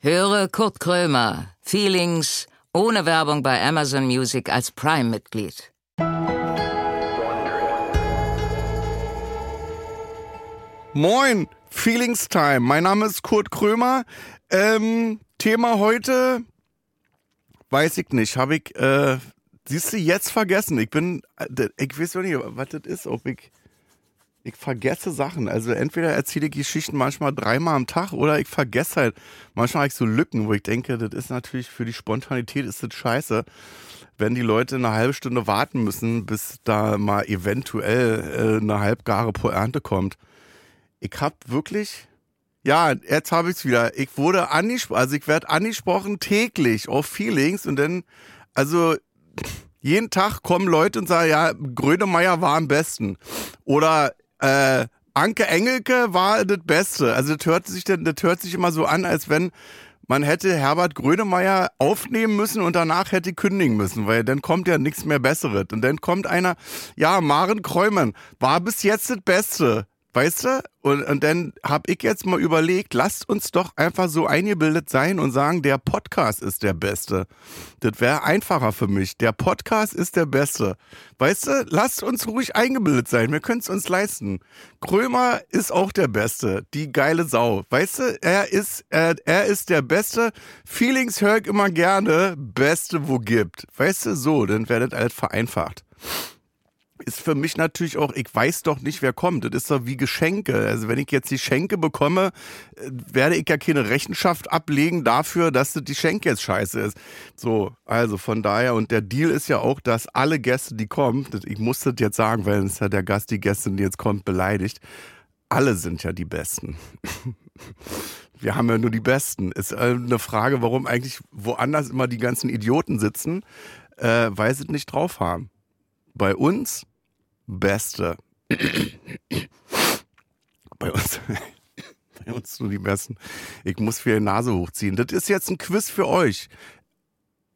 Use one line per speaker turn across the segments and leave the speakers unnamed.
Höre Kurt Krömer, Feelings, ohne Werbung bei Amazon Music als Prime-Mitglied.
Moin, Feelings Time. Mein Name ist Kurt Krömer. Ähm, Thema heute, weiß ich nicht, habe ich, äh, siehst du, jetzt vergessen. Ich bin, äh, ich weiß noch nicht, was das ist, ob ich, ich vergesse Sachen. Also entweder erzähle ich Geschichten manchmal dreimal am Tag oder ich vergesse halt. Manchmal habe ich so Lücken, wo ich denke, das ist natürlich für die Spontanität ist das scheiße, wenn die Leute eine halbe Stunde warten müssen, bis da mal eventuell äh, eine halbgare Pointe kommt. Ich habe wirklich, ja, jetzt habe ich es wieder. Ich wurde angesprochen, also ich werde angesprochen täglich auf Feelings und dann, also jeden Tag kommen Leute und sagen, ja, Grönemeyer war am besten. Oder äh, Anke Engelke war das Beste. Also das hört sich denn, das hört sich immer so an, als wenn man hätte Herbert Grönemeyer aufnehmen müssen und danach hätte kündigen müssen, weil dann kommt ja nichts mehr Besseres. Und dann kommt einer, ja, Maren Kräumann war bis jetzt das Beste. Weißt du? Und, und dann habe ich jetzt mal überlegt, lasst uns doch einfach so eingebildet sein und sagen, der Podcast ist der Beste. Das wäre einfacher für mich. Der Podcast ist der Beste. Weißt du, lasst uns ruhig eingebildet sein. Wir können es uns leisten. Krömer ist auch der Beste. Die geile Sau. Weißt du, er ist, er, er ist der Beste. Feelings höre ich immer gerne. Beste, wo gibt. Weißt du, so, dann werdet halt vereinfacht ist für mich natürlich auch, ich weiß doch nicht, wer kommt. Das ist doch wie Geschenke. Also wenn ich jetzt die Schenke bekomme, äh, werde ich ja keine Rechenschaft ablegen dafür, dass das die Schenke jetzt scheiße ist. So, also von daher, und der Deal ist ja auch, dass alle Gäste, die kommen, das- ich muss das jetzt sagen, weil es ja der Gast, die Gästin, die jetzt kommt, beleidigt, alle sind ja die Besten. Wir haben ja nur die Besten. Ist äh, eine Frage, warum eigentlich woanders immer die ganzen Idioten sitzen, äh, weil sie es nicht drauf haben. Bei uns Beste. bei uns. bei uns nur die Besten. Ich muss wieder die Nase hochziehen. Das ist jetzt ein Quiz für euch.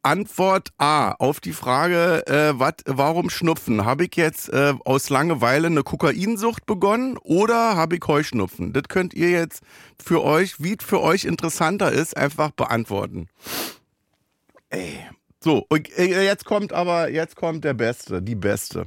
Antwort A auf die Frage, äh, wat, warum Schnupfen? Habe ich jetzt äh, aus Langeweile eine Kokainsucht begonnen oder habe ich Heuschnupfen? Das könnt ihr jetzt für euch, wie es für euch interessanter ist, einfach beantworten. Ey. So, und, äh, jetzt kommt aber, jetzt kommt der Beste, die Beste.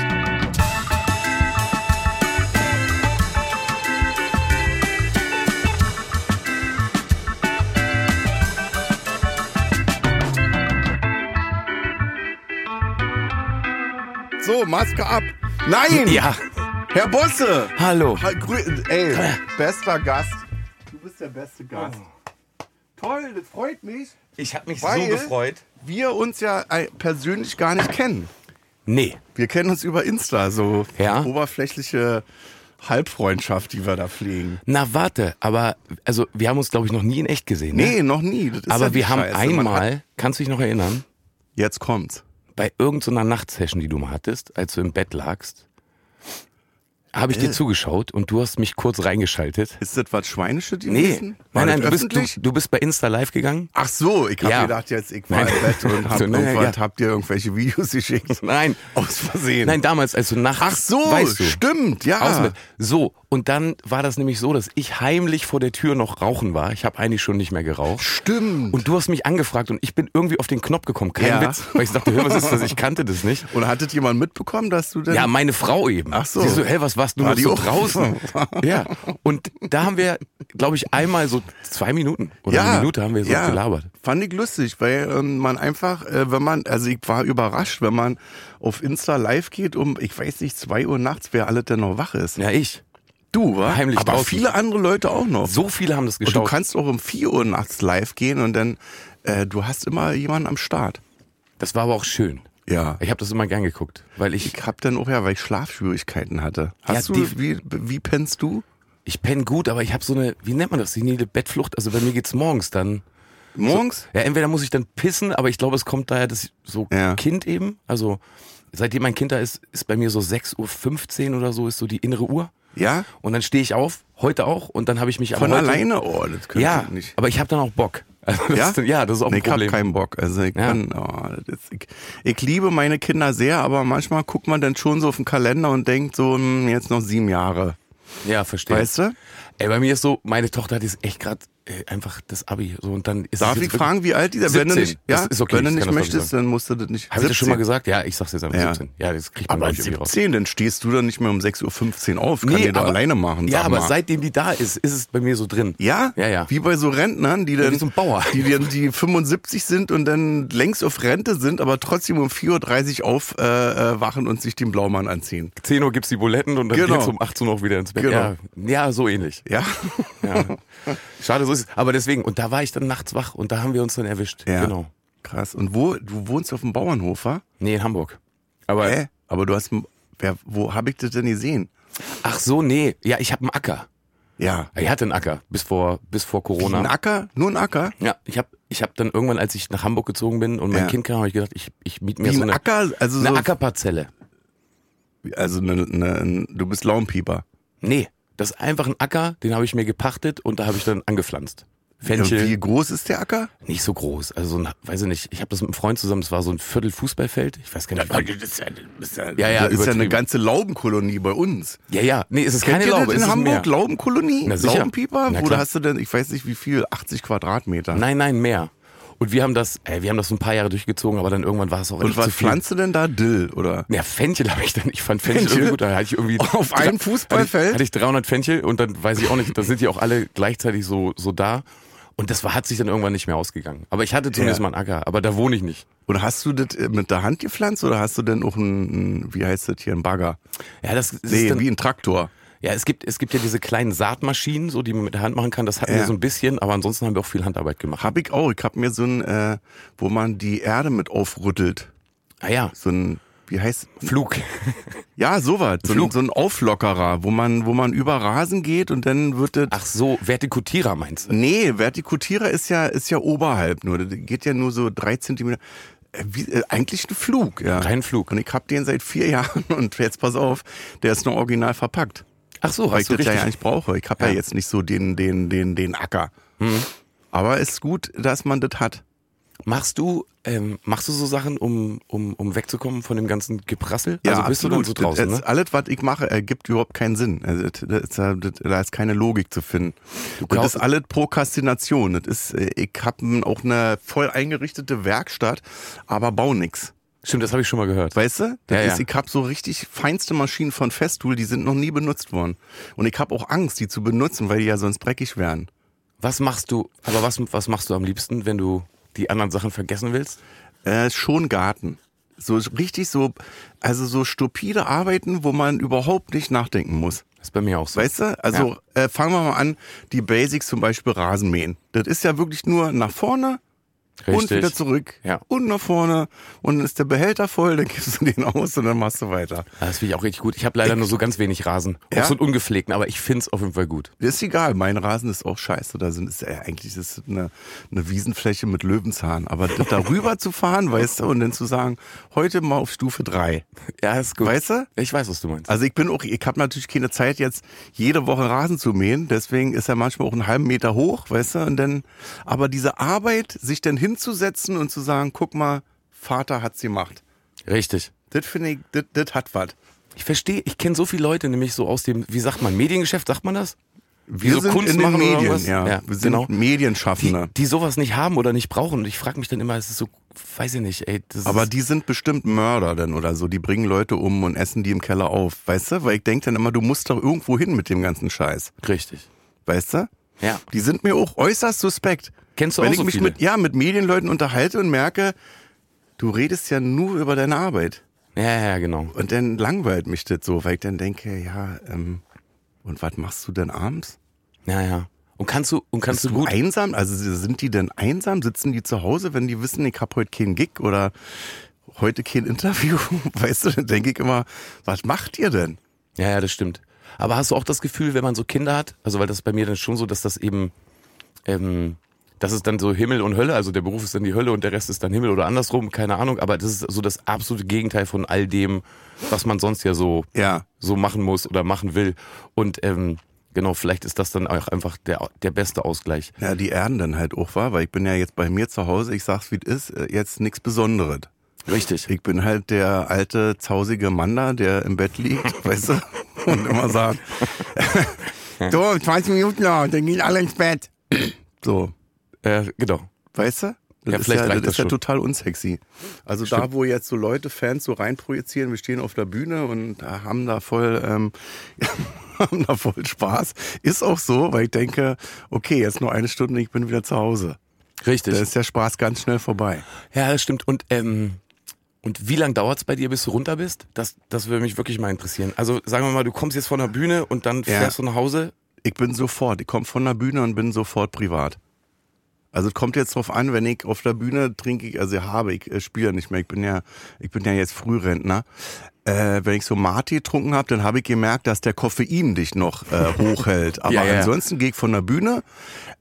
So, Maske ab. Nein!
Ja,
Herr Bosse!
hallo. Äh.
Ha- grü- Ey, bester Gast. Du bist der beste Gast. Toll, das freut mich.
Oh. Ich habe mich
Weil-
so gefreut.
Wir uns ja äh, persönlich gar nicht kennen.
Nee,
Wir kennen uns über Insta, so
Ja?
oberflächliche Halbfreundschaft, die wir da pflegen.
na warte, aber also wir haben uns glaube ich noch nie in echt gesehen. Ne?
Nee, noch nie. Das ist ja
aber
die
wir haben
Scheiße. Man Hat,
einmal, kannst du dich noch erinnern,
jetzt kommt's.
bei irgendeiner Nachtsession, die du mal hattest, als du im Bett lagst, habe ich
Äh.
dir zugeschaut und du hast mich kurz reingeschaltet.
Ist das was Schweinisches
Nee,
gewesen?
nein,
War
nein,
das
du bist, du,
öffentlich?
du bist bei Insta live gegangen?
Ach so, ich habe
Ja.
gedacht, jetzt ich war
Nein.
im Bett und hab,
So, naja,
irgendwann
ja.
habt ihr irgendwelche Videos geschickt.
Nein.
Aus Versehen.
Nein, damals, als du nachts.
Oh, Ach so,
weißt du,
stimmt, ja.
Aus mit. So, und dann war das nämlich so, dass ich heimlich vor der Tür noch rauchen war. Ich habe eigentlich schon nicht mehr geraucht.
Stimmt.
Und du hast mich angefragt und ich bin irgendwie auf den Knopf gekommen. Kein
Ja.
Witz. Weil ich dachte, hör, was ist das? Ich kannte das nicht.
Und hattet jemand mitbekommen, dass du denn...
Ja, meine Frau eben.
Ach so.
Sie so, hä, was warst du
War
noch
die
so
auch-
draußen? ja. Und da haben wir, glaube ich, einmal so zwei Minuten oder eine Minute haben wir so
ja.
gelabert.
Fand ich lustig, weil ähm, man einfach, äh, wenn man, also ich war überrascht, wenn man auf Insta live geht um, ich weiß nicht, zwei Uhr nachts, wer alle denn noch wach ist.
Ja, ich.
Du, wa?
Heimlich
Aber
draußen.
viele andere Leute auch noch.
So viele haben das
und du
geschaut.
kannst auch um vier Uhr nachts live gehen und dann, äh, du hast immer jemanden am Start.
das war aber auch schön.
Ja.
Ich habe das immer gern geguckt, weil ich
Ich hab dann auch ja, weil ich Schlafschwierigkeiten hatte. Hast
Ja,
du,
def-
wie, wie pennst du?
Ich penne gut, aber ich habe so eine, wie nennt man das, senile Bettflucht. Also bei mir geht's morgens dann.
Morgens?
Ja, entweder muss ich dann pissen, aber ich glaube, es kommt daher, dass ich so
Ja.
Kind eben, also seitdem mein Kind da ist, ist bei mir so 6.15 Uhr oder so, ist so die innere Uhr.
Ja?
Und dann stehe ich auf, heute auch, und dann habe ich mich aber
Von
heute,
alleine? Oh, das könnte
Ja,
ich nicht.
aber ich habe dann auch Bock. Also das
Ja?
Ist, dann- ja, das ist auch
Nee,
ein
ich hab
Problem.
keinen Bock. Also ich,
Ja.
kann, oh, das ist, ich, ich liebe meine Kinder sehr, aber manchmal guckt man dann schon so auf den Kalender und denkt so, hm, jetzt noch sieben Jahre.
ja, verstehe.
Weißt du?
Ey, bei mir ist so, meine Tochter hat jetzt echt gerade äh, einfach das Abi. So, und dann ist
Darf
es
ich
jetzt
fragen, wie alt die sind? Wenn du
17.
nicht, ja,
Das ist okay,
wenn du
das
nicht
kann das
möchtest,
sagen.
dann musst du das nicht.
Habe ich das schon mal
17.
gesagt? Ja, ich sag's jetzt einfach
Ja.
17. Ja, das kriegt man
Aber
glaub ich, irgendwie raus.
17, dann stehst du dann nicht mehr um 6.15 Uhr auf. Kann nee, jeder
aber-
alleine machen.
Ja,
sag
aber
mal.
seitdem die da ist, ist es bei mir so drin.
Ja?
Ja, ja.
Wie bei so Rentnern, die dann,
wie so ein Bauer.
Die, dann die 75 sind und dann längst auf Rente sind, aber trotzdem um 4.30 Uhr aufwachen äh, wachen und sich den Blaumann anziehen.
10 Uhr gibt's die Buletten und dann
Genau.
geht's um 18 Uhr auch wieder ins Bett.
Genau.
Ja, ja, so ähnlich.
Ja.
Ja. Schade, so ist es. Aber deswegen, und da war ich dann nachts wach und da haben wir uns dann erwischt.
Ja.
Genau.
Krass. Und wo, du wohnst auf dem Bauernhof, wa?
Nee, in Hamburg. Aber,
Hä? Aber du hast, wer, wo hab ich das denn gesehen?
ach so, nee. Ja, ich habe einen Acker.
Ja.
Ich hatte einen Acker bis vor, bis vor Corona.
Ein Acker? Nur ein Acker?
Ja, ich hab ich hab dann irgendwann, als ich nach Hamburg gezogen bin und mein
Ja.
Kind kam, habe ich gedacht, ich, ich miete mir
Wie
so
ein
eine,
Acker? Also,
eine
so,
Ackerparzelle.
also eine, eine, ein- du bist Laumpieper.
Nee, das ist einfach ein Acker, den habe ich mir gepachtet und da habe ich dann angepflanzt.
Und
Fenchel,
wie groß ist der Acker?
nicht so groß. Also, so ein, weiß ich nicht, ich habe das mit einem Freund zusammen, das war so ein Viertel Fußballfeld. Ich weiß gar nicht. wann-
ist ja, ist ja,
Ja, ja,
ist ja eine
übertrieben.
ganze Laubenkolonie bei uns.
Ja, ja, nee, es ist
Kennt
keine
ihr
Laube.
das
es
in
ist ein
Hamburg?
Meer.
Laubenkolonie?
Na, sicher.
Laubenpieper?
Na,
Wo
klar.
hast du denn, ich weiß nicht wie viel, 80 Quadratmeter.
Nein, nein, mehr. Und wir haben das, ey, wir haben das so ein paar Jahre durchgezogen, aber dann irgendwann war es auch
Und
echt
was
zu viel.
pflanzt du denn da? Dill, oder?
Ja, Fenchel habe ich dann. Ich fand Fenchel,
Fenchel?
irgendwie gut. Da hatte ich irgendwie
Auf einem Fußballfeld?
Hatte ich, hatte ich 300 Fenchel und dann weiß ich auch nicht. Da sind die auch alle gleichzeitig so so da. Und das war, hat sich dann irgendwann nicht mehr ausgegangen. Aber ich hatte zumindest
Ja.
mal einen Acker. Aber da wohne ich nicht.
Und hast du das äh, mit der Hand gepflanzt oder hast du denn auch einen, wie heißt das hier, einen Bagger?
Ja, das, das
Nee,
ist dann,
wie ein Traktor.
ja, es gibt es gibt ja diese kleinen Saatmaschinen, so die man mit der Hand machen kann. Das hatten
Ja.
wir so ein bisschen, aber ansonsten haben wir auch viel Handarbeit gemacht.
Hab ich auch. Ich hab mir so ein, äh, wo man die Erde mit aufrüttelt.
Ah ja,
So ein, wie heißt
Flug.
Ja, sowas. So, ein-
Flug.
so ein Auflockerer, wo man, wo man über Rasen geht und dann wird das.
Ach so, Vertikutierer meinst du?
Nee, Vertikutierer ist ja, ist ja oberhalb nur. Das geht ja nur so drei Zentimeter. Äh, Wie, äh, eigentlich ein Flug, ja.
Rein Flug.
Und ich hab den seit vier Jahren und jetzt pass auf, der ist noch original verpackt.
Ach so,
Weil
hast
ich
du
das ja
richtig.
ja nicht brauche. Ich hab ja.
Ja. Hm.
jetzt nicht so den, den, den, den Acker. Aber ist gut, dass man das hat.
Machst du, ähm, machst du so Sachen, um, um, um wegzukommen von dem ganzen Geprassel? also bist du dann so draußen,
das,
ne?
das- Alles, was ich mache, ergibt überhaupt keinen Sinn. Also, das, das, ist ja- das, da ist keine Logik zu finden. das
kaufst-
ist alles Prokrastination. Das ist, äh, ich habe auch eine voll eingerichtete Werkstatt, aber bau nix.
Stimmt, das habe ich schon mal gehört.
Weißt du? Das
Ja,
ist,
ja.
Ich habe so richtig feinste Maschinen von Festool, die sind noch nie benutzt worden. Und ich habe auch Angst, die zu benutzen, weil die ja sonst dreckig wären.
Was machst du, aber was, was machst du am liebsten, wenn du die anderen Sachen vergessen willst?
Äh, schon Garten. So richtig so, also so stupide Arbeiten, wo man überhaupt nicht nachdenken muss.
Das ist bei mir auch so.
Weißt du? Also äh, fangen wir mal an, die Basics zum Beispiel Rasenmähen. Das ist ja wirklich nur nach vorne und
Richtig.
wieder zurück
Ja.
und nach vorne und dann ist der Behälter voll, dann gibst du den aus und dann machst du weiter.
Ah, Das finde ich auch richtig gut. Ich habe leider nur so ganz wenig Rasen.
Ja?
Auch so einen ungepflegten, aber ich find's auf jeden Fall gut.
Das ist egal, mein Rasen ist auch scheiße. Da sind ist, äh, eigentlich ist das eine, eine Wiesenfläche mit Löwenzahn. Aber das darüber zu fahren, weißt du, und dann zu sagen, heute mal auf Stufe drei,
Ja, ist gut.
Weißt du?
Ich weiß, was du meinst.
Also ich bin auch, ich habe natürlich keine Zeit jetzt jede Woche Rasen zu mähen, deswegen ist er manchmal auch einen halben Meter hoch, weißt du, und dann, aber diese Arbeit, sich dann hinzusetzen und zu sagen, guck mal, Vater hat's gemacht.
Richtig.
Das finde ich, das, das hat was.
Ich verstehe, ich kenne so viele Leute nämlich so aus dem, wie sagt man, Mediengeschäft, sagt man das? Wie
Wir
so
sind
Kunst
in den
machen oder
Medien,
irgendwas?
ja.
Ja,
Wir sind
genau. die,
Medienschaffende.
die sowas nicht haben oder nicht brauchen. Und ich frage mich dann immer, es ist so, weiß ich nicht, ey. Das
aber
ist,
die sind bestimmt Mörder dann oder so. Die bringen Leute um und essen die im Keller auf, weißt du? Weil ich denke dann immer, du musst doch irgendwo hin mit dem ganzen Scheiß,
Richtig.
weißt du?
Ja.
Die sind mir auch äußerst suspekt.
Kennst du
Wenn
auch
ich
so
mich
viele?
mit ja mit Medienleuten unterhalte und merke, du redest ja nur über deine Arbeit
Ja, ja, ja, genau.
und dann langweilt mich das so, weil ich dann denke, ja ähm, und was machst du denn abends?
Ja, ja. Und kannst du, und kannst
Bist
du
du
gut.
einsam? Also sind die denn einsam? Sitzen die zu Hause, wenn die wissen, ich hab heute keinen Gig oder heute kein Interview? Weißt du, dann denke ich immer, was macht ihr denn?
Ja, ja, das stimmt. Aber hast du auch das Gefühl, wenn man so Kinder hat, also weil das ist bei mir dann schon so, dass das eben, ähm, das ist dann so Himmel und Hölle, also der Beruf ist dann die Hölle und der Rest ist dann Himmel oder andersrum, keine Ahnung, aber das ist so das absolute Gegenteil von all dem, was man sonst ja so,
Ja.
so machen muss oder machen will. Und ähm, genau, vielleicht ist das dann auch einfach der, der beste Ausgleich.
Ja, die Erden dann halt auch war, weil ich bin ja jetzt bei mir zu Hause, ich sag's wie es ist, äh, jetzt nichts Besonderes.
Richtig.
Ich bin halt der alte, zausige Mann da, der im Bett liegt, weißt du, und immer sagt, so, 20 Minuten noch, dann gehen alle ins Bett. So,
Äh, genau.
weißt du? Das
Ja,
ist
vielleicht
ja, das
reicht
ist
das
ja
schon.
total unsexy. Also da,
Stimmt.
wo jetzt so Leute, Fans so reinprojizieren, wir stehen auf der Bühne und da haben da voll, ähm, haben da voll Spaß. Ist auch so, weil ich denke, okay, jetzt nur eine Stunde, ich bin wieder zu Hause.
Richtig.
Da ist der Spaß ganz schnell vorbei.
Ja, das stimmt. Und, ähm, und wie lange dauert's bei dir, bis du runter bist? Das, das würde mich wirklich mal interessieren. Also sagen wir mal, du kommst jetzt von der Bühne und dann
Ja.
fährst du nach Hause.
Ich bin sofort, ich komme von der Bühne und bin sofort privat. Also es kommt jetzt drauf an, wenn ich auf der Bühne trinke, ich, also habe ich äh, spiele ja nicht mehr, ich bin ja, ich bin ja jetzt Frührentner. Äh, wenn ich so Mate getrunken habe, dann habe ich gemerkt, dass der Koffein dich noch äh, hochhält. Aber
Ja, ja.
ansonsten gehe ich von der Bühne,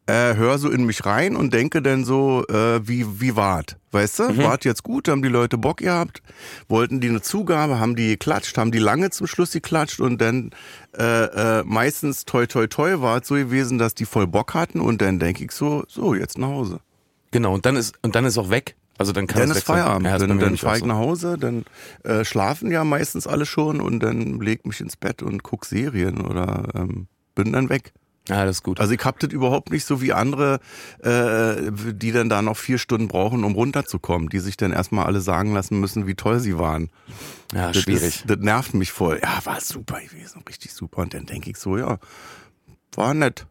äh, höre so in mich rein und denke dann so, äh, wie, wie wart? Weißt
Mhm.
du, wart jetzt gut, haben die Leute Bock gehabt, wollten die eine Zugabe, haben die geklatscht, haben die lange zum Schluss geklatscht und dann äh, äh, meistens toi toi toi war es so gewesen, dass die voll Bock hatten und dann denke ich so, so jetzt nach Hause.
Genau, und dann ist, und dann ist auch weg. Also dann kann
Dann
es
ist
weg sein.
Feierabend.
Ja, das ist bei
dann
mir
dann
nämlich
fahre
auch
ich
so.
nach Hause, dann äh, schlafen ja meistens alle schon und dann leg mich ins Bett und guck Serien oder ähm, bin dann weg.
Ja, das ist gut.
Also ich hab das überhaupt nicht so wie andere, äh, die dann da noch vier Stunden brauchen, um runterzukommen, die sich dann erstmal alle sagen lassen müssen, wie toll sie waren.
ja,
Das,
schwierig.
Ist, das nervt mich voll. Ja, war super gewesen, richtig super. Und dann denke ich so, ja, war nett,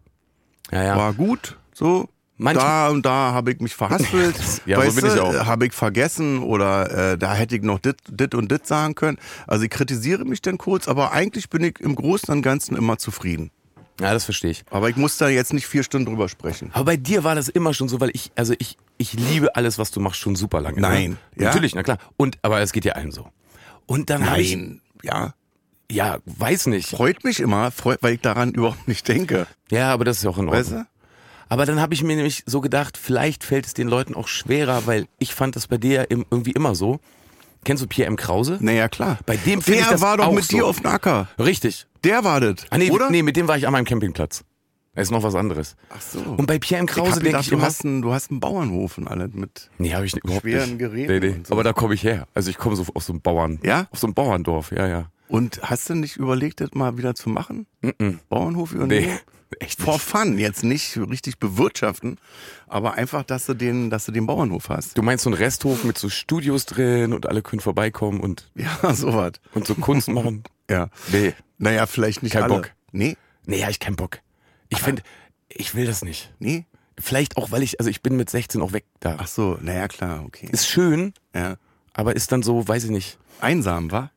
Ja, ja.
war gut, so.
Manchmal-
da und da habe ich mich verhaspelt,
Ja, so
weißt
bin ich
du,
auch.
habe ich vergessen oder äh, da hätte ich noch dit dit und dit sagen können. Also ich kritisiere mich dann kurz, aber eigentlich bin ich im Großen und Ganzen immer zufrieden.
ja, das verstehe ich.
Aber ich muss da jetzt nicht vier Stunden drüber sprechen.
Aber bei dir war das immer schon so, weil ich, also ich, ich liebe alles, was du machst, schon super lange.
Nein.
Ne?
Ja?
Natürlich, na klar. Und, aber es geht ja allen so. Und dann habe ich,
Nein, ja.
ja, weiß nicht.
Freut mich immer, freut, weil ich daran überhaupt nicht denke.
Ja, aber das ist ja auch in Ordnung.
Weißt du?
Aber dann habe ich mir nämlich so gedacht, vielleicht fällt es den Leuten auch schwerer, weil ich fand das bei dir ja im- irgendwie immer so. Kennst du Pierre M. Krause?
Naja, klar.
Bei dem find
Der
ich das
war doch
auch
mit
so.
dir auf den Acker.
Richtig.
Der war das.
Ah, nee,
oder?
nee, mit dem war ich an meinem Campingplatz. Das ist noch was anderes.
Ach so.
Und bei Pierre M.
ich
Krause
hab
denke
gedacht,
ich
du
immer...
hast, einen, du hast einen Bauernhof und alles mit.
Nee, habe ich nicht- überhaupt
schweren
nicht.
Geräten
Nee, nee.
und so.
Aber da komme ich her. Also ich komme so aus so einem Bauern...
Ja?
Aus so einem Bauerndorf, ja, ja.
Und hast du nicht überlegt, das mal wieder zu machen? Bauernhof
Nee,
übernehmen?
echt
For
nicht.
fun, jetzt nicht richtig bewirtschaften, aber einfach, dass du den, dass du den Bauernhof hast.
Du meinst so einen Resthof mit so Studios drin und alle können vorbeikommen und,
Ja, sowas.
und so Kunst machen?
Ja.
Nee.
Naja, vielleicht nicht
Kein
alle.
Bock.
Nee,
Nee, hab ich keinen Bock. Ich finde, ich will das nicht.
nee.
Vielleicht auch, weil ich, also ich bin mit 16 auch weg da.
Ach so, naja, klar, okay.
Ist schön,
Ja.
aber ist dann so, weiß ich nicht.
Einsam, war?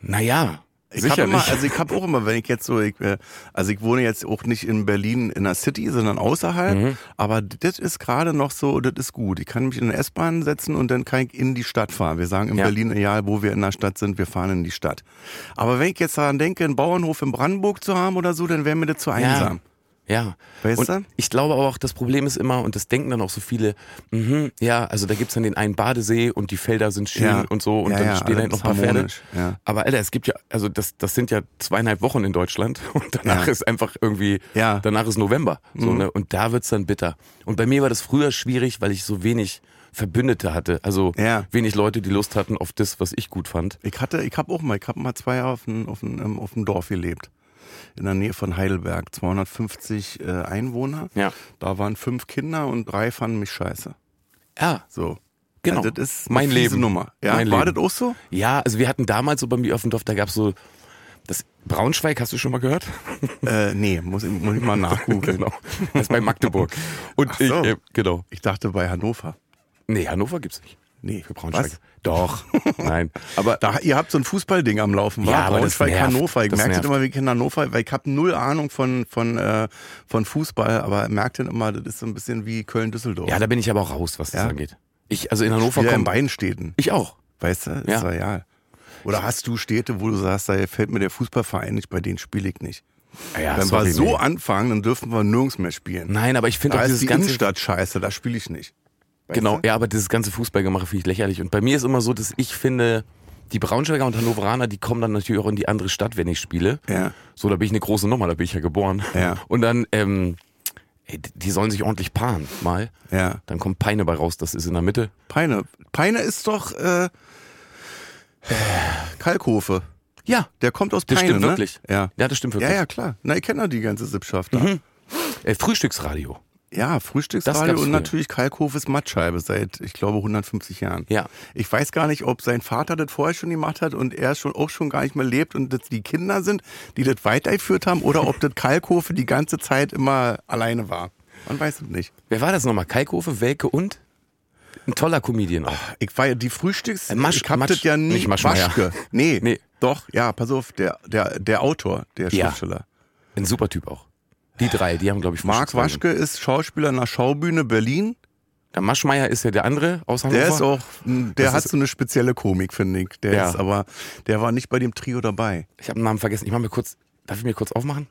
Naja,
Ich hab
sicherlich.
immer, also ich habe auch immer, wenn ich jetzt so, ich, äh, also ich wohne jetzt auch nicht in Berlin in der City, sondern außerhalb.
Mhm.
Aber das ist gerade noch so, das ist gut. Ich kann mich in eine S-Bahn setzen und dann kann ich in die Stadt fahren. Wir sagen in
Ja.
Berlin, egal wo wir in der Stadt sind, wir fahren in die Stadt. Aber wenn ich jetzt daran denke, einen Bauernhof in Brandenburg zu haben oder so, dann wäre mir das zu einsam.
ja.
Weißt
und
du?
ich glaube aber auch, das Problem ist immer, und das denken dann auch so viele, mhm, ja, also da gibt's dann den einen Badesee und die Felder sind schön
Ja.
und so und
Ja,
dann
ja,
stehen
alles
halt noch ein paar Pferde.
harmonisch, ja.
Aber Alter, es gibt ja, also das, das sind ja zweieinhalb Wochen in Deutschland und danach
Ja.
ist einfach irgendwie,
Ja. Mhm.
danach ist November. So, ne? Und da wird's dann bitter. Und bei mir war das früher schwierig, weil ich so wenig Verbündete hatte. Also
Ja.
wenig Leute, die Lust hatten auf das, was ich gut fand.
Ich hatte, ich habe auch mal, ich habe mal zwei Jahre auf dem auf dem, ähm, auf dem Dorf gelebt. In der Nähe von Heidelberg. 250 äh, Einwohner.
Ja.
Da waren fünf Kinder und drei fanden mich scheiße.
Ja,
So.
Genau.
Also das ist
Mein
eine fiese
Leben.
Nummer. Ja,
Mein
war
Leben.
das auch so?
Ja, also wir hatten damals so bei mir auf dem Dorf, da gab's so das Braunschweig, hast du schon mal gehört?
Äh, nee, muss, ich- muss ich mal nachgoogeln.
genau. Das ist bei Magdeburg. Und
Ach so.
ich, äh, genau.
Ich dachte bei Hannover.
Nee, Hannover gibt's nicht.
Nee,
Für Braunschweig.
Was?
Doch. Nein.
Aber da, ihr habt so ein Fußballding am Laufen, war
Ja, aber das
Braunschweig,
nervt.
Hannover. Ich
Das
merke das
nervt.
immer, wir kennen Hannover, weil ich habe null Ahnung von, von, äh, von Fußball, aber merke dann immer, das ist so ein bisschen wie Köln-Düsseldorf.
Ja, da bin ich aber auch raus, was das
Ja.
angeht. Ich, also in Hannover
Wieder in
komm,
beiden Städten.
ich auch.
Weißt du, ist
Ja.
ja. real. Oder hast du Städte, wo du sagst, da fällt mir der Fußballverein nicht, bei denen spiele ich nicht?
Ah Ja,
Wenn
sorry,
wir so
nee.
anfangen, dann dürfen wir nirgends mehr spielen.
Nein, aber ich finde
da
auch
ist
dieses
die
ganze
Innenstadt scheiße, da spiele ich nicht. Weißt
Genau,
du?
ja, aber dieses ganze Fußballgemache finde ich lächerlich. Und bei mir ist immer so, dass ich finde, die Braunschweiger und Hannoveraner, die kommen dann natürlich auch in die andere Stadt, wenn ich spiele.
Ja.
So, da bin ich eine große Nummer, da bin ich ja geboren.
Ja.
Und dann, ähm, ey, die- die sollen sich ordentlich paaren, mal.
Ja.
Dann kommt Peine bei raus, das ist in der Mitte.
Peine. Peine ist doch äh, Kalkhofe.
Ja,
Der kommt aus
das
Peine,
stimmt
ne?
wirklich.
Ja.
ja, das stimmt wirklich.
ja, ja, klar. Na, ich kenne doch die ganze Sippschaft da.
Äh, Frühstücksradio.
Ja,
Das
Frühstücksradio
gab's
und
früher.
natürlich Kalkhofes Mattscheibe seit, ich glaube, 150 Jahren.
Ja.
Ich weiß gar nicht, ob sein Vater das vorher schon gemacht hat und er schon auch schon gar nicht mehr lebt und das die Kinder sind, die das weitergeführt haben oder ob das Kalkhofe die ganze Zeit immer alleine war. Man weiß es nicht.
Wer war das nochmal? Kalkofe, Welke und? Ein toller Comedian auch.
Ich war ja die Frühstücks...
Äh, Masch-
ich hab
Matsch-
das ja nie...
nicht Maschmeyer.
Waschke. Nee,
Nee.
doch, ja, pass auf, der, der, der Autor, der
Ja.
Schriftsteller.
Ein super Typ auch. Die drei, die haben, glaube ich,
Marc
Frühstücksradio.
Waschke ist Schauspieler an der Schaubühne Berlin.
Der Maschmeier ist ja der andere aus Hannover.
Der ist auch, mh, der
Das
hat
ist-
so eine spezielle Komik, finde ich. Der
Ja.
ist aber, der war nicht bei dem Trio dabei.
Ich habe den Namen vergessen. Ich mache mir kurz. Darf ich mir kurz aufmachen?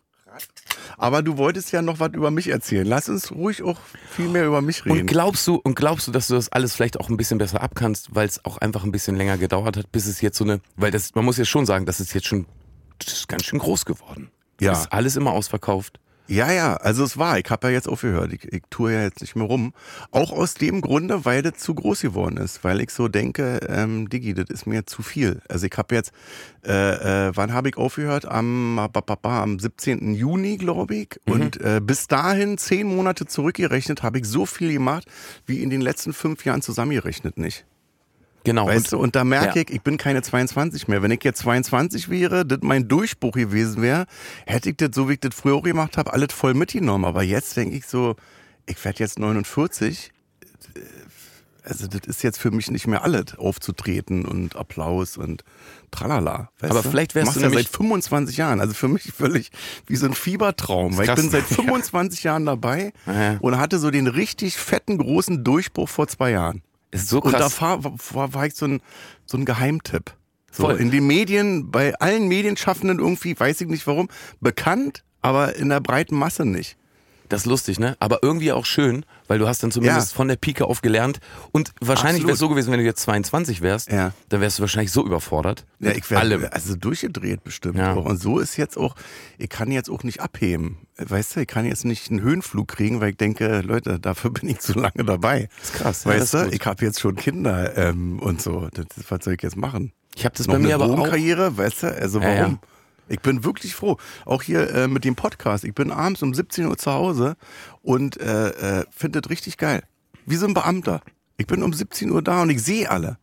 Aber du wolltest ja noch was über mich erzählen. Lass uns ruhig auch viel mehr über mich
Und
reden.
glaubst du, und glaubst du, dass du das alles vielleicht auch ein bisschen besser abkannst, weil es auch einfach ein bisschen länger gedauert hat, bis es jetzt so eine. Weil das, man muss ja schon sagen, das ist jetzt schon. Das ist ganz schön groß geworden.
Ja.
Ist alles immer ausverkauft.
ja, ja, also es war, ich habe ja jetzt aufgehört. Ich, ich tue ja jetzt nicht mehr rum. Auch aus dem Grunde, weil das zu groß geworden ist. Weil ich so denke, ähm, Digi, das ist mir zu viel. Also ich habe jetzt, äh, äh, wann habe ich aufgehört? Am, ba, ba, ba, am 17. Juni, glaube ich. Und äh, bis dahin, zehn Monate zurückgerechnet, habe ich so viel gemacht, wie in den letzten fünf Jahren zusammengerechnet nicht.
Genau.
Weißt
und,
du, und da merke
Ja.
ich, ich bin keine 22 mehr. Wenn ich jetzt 22 wäre, das mein Durchbruch gewesen wäre, hätte ich das, so wie ich das früher auch gemacht habe, alles voll mitgenommen. Aber jetzt denke ich so, ich werde jetzt 49. Also das ist jetzt für mich nicht mehr alles, aufzutreten und Applaus und tralala. Weißt
Aber
du?
vielleicht wärst
Machst
du
ja
nämlich-
seit 25 Jahren, also für mich völlig wie so ein Fiebertraum, weil
Krass,
ich bin seit
ne?
25 Jahren dabei
Ja.
und hatte so den richtig fetten großen Durchbruch vor zwei Jahren.
ist so
Und da
krass.
fahr, war, war ich so ein, so ein Geheimtipp. So
Voll.
in den Medien, bei allen Medienschaffenden irgendwie, weiß ich nicht warum, bekannt, aber in der breiten Masse nicht.
Das ist lustig, ne? Aber irgendwie auch schön, weil du hast dann zumindest
Ja.
von der Pike auf gelernt. Und wahrscheinlich
Absolut.
wäre es so gewesen, wenn du jetzt 22 wärst,
Ja.
dann wärst du wahrscheinlich so überfordert.
Ja,
mit
ich werde
allem.
also durchgedreht bestimmt.
Ja.
Auch. Und so ist jetzt auch, ich kann jetzt auch nicht abheben. Weißt du, ich kann jetzt nicht einen Höhenflug kriegen, weil ich denke, Leute, dafür bin ich zu lange dabei.
Das ist krass, ja, das
Weißt
ist
du,
gut.
ich habe jetzt schon Kinder ähm, und so. Das, was soll ich jetzt machen?
Ich habe das
Noch
bei mir
eine
aber auch.
Drogenkarriere, weißt du, also
Ja,
warum?
ja.
Ich bin wirklich froh. Auch hier äh, mit dem Podcast. Ich bin abends um 17 Uhr zu Hause und äh, äh, finde das richtig geil. Wie so ein Beamter. Ich bin um 17 Uhr da und ich sehe alle.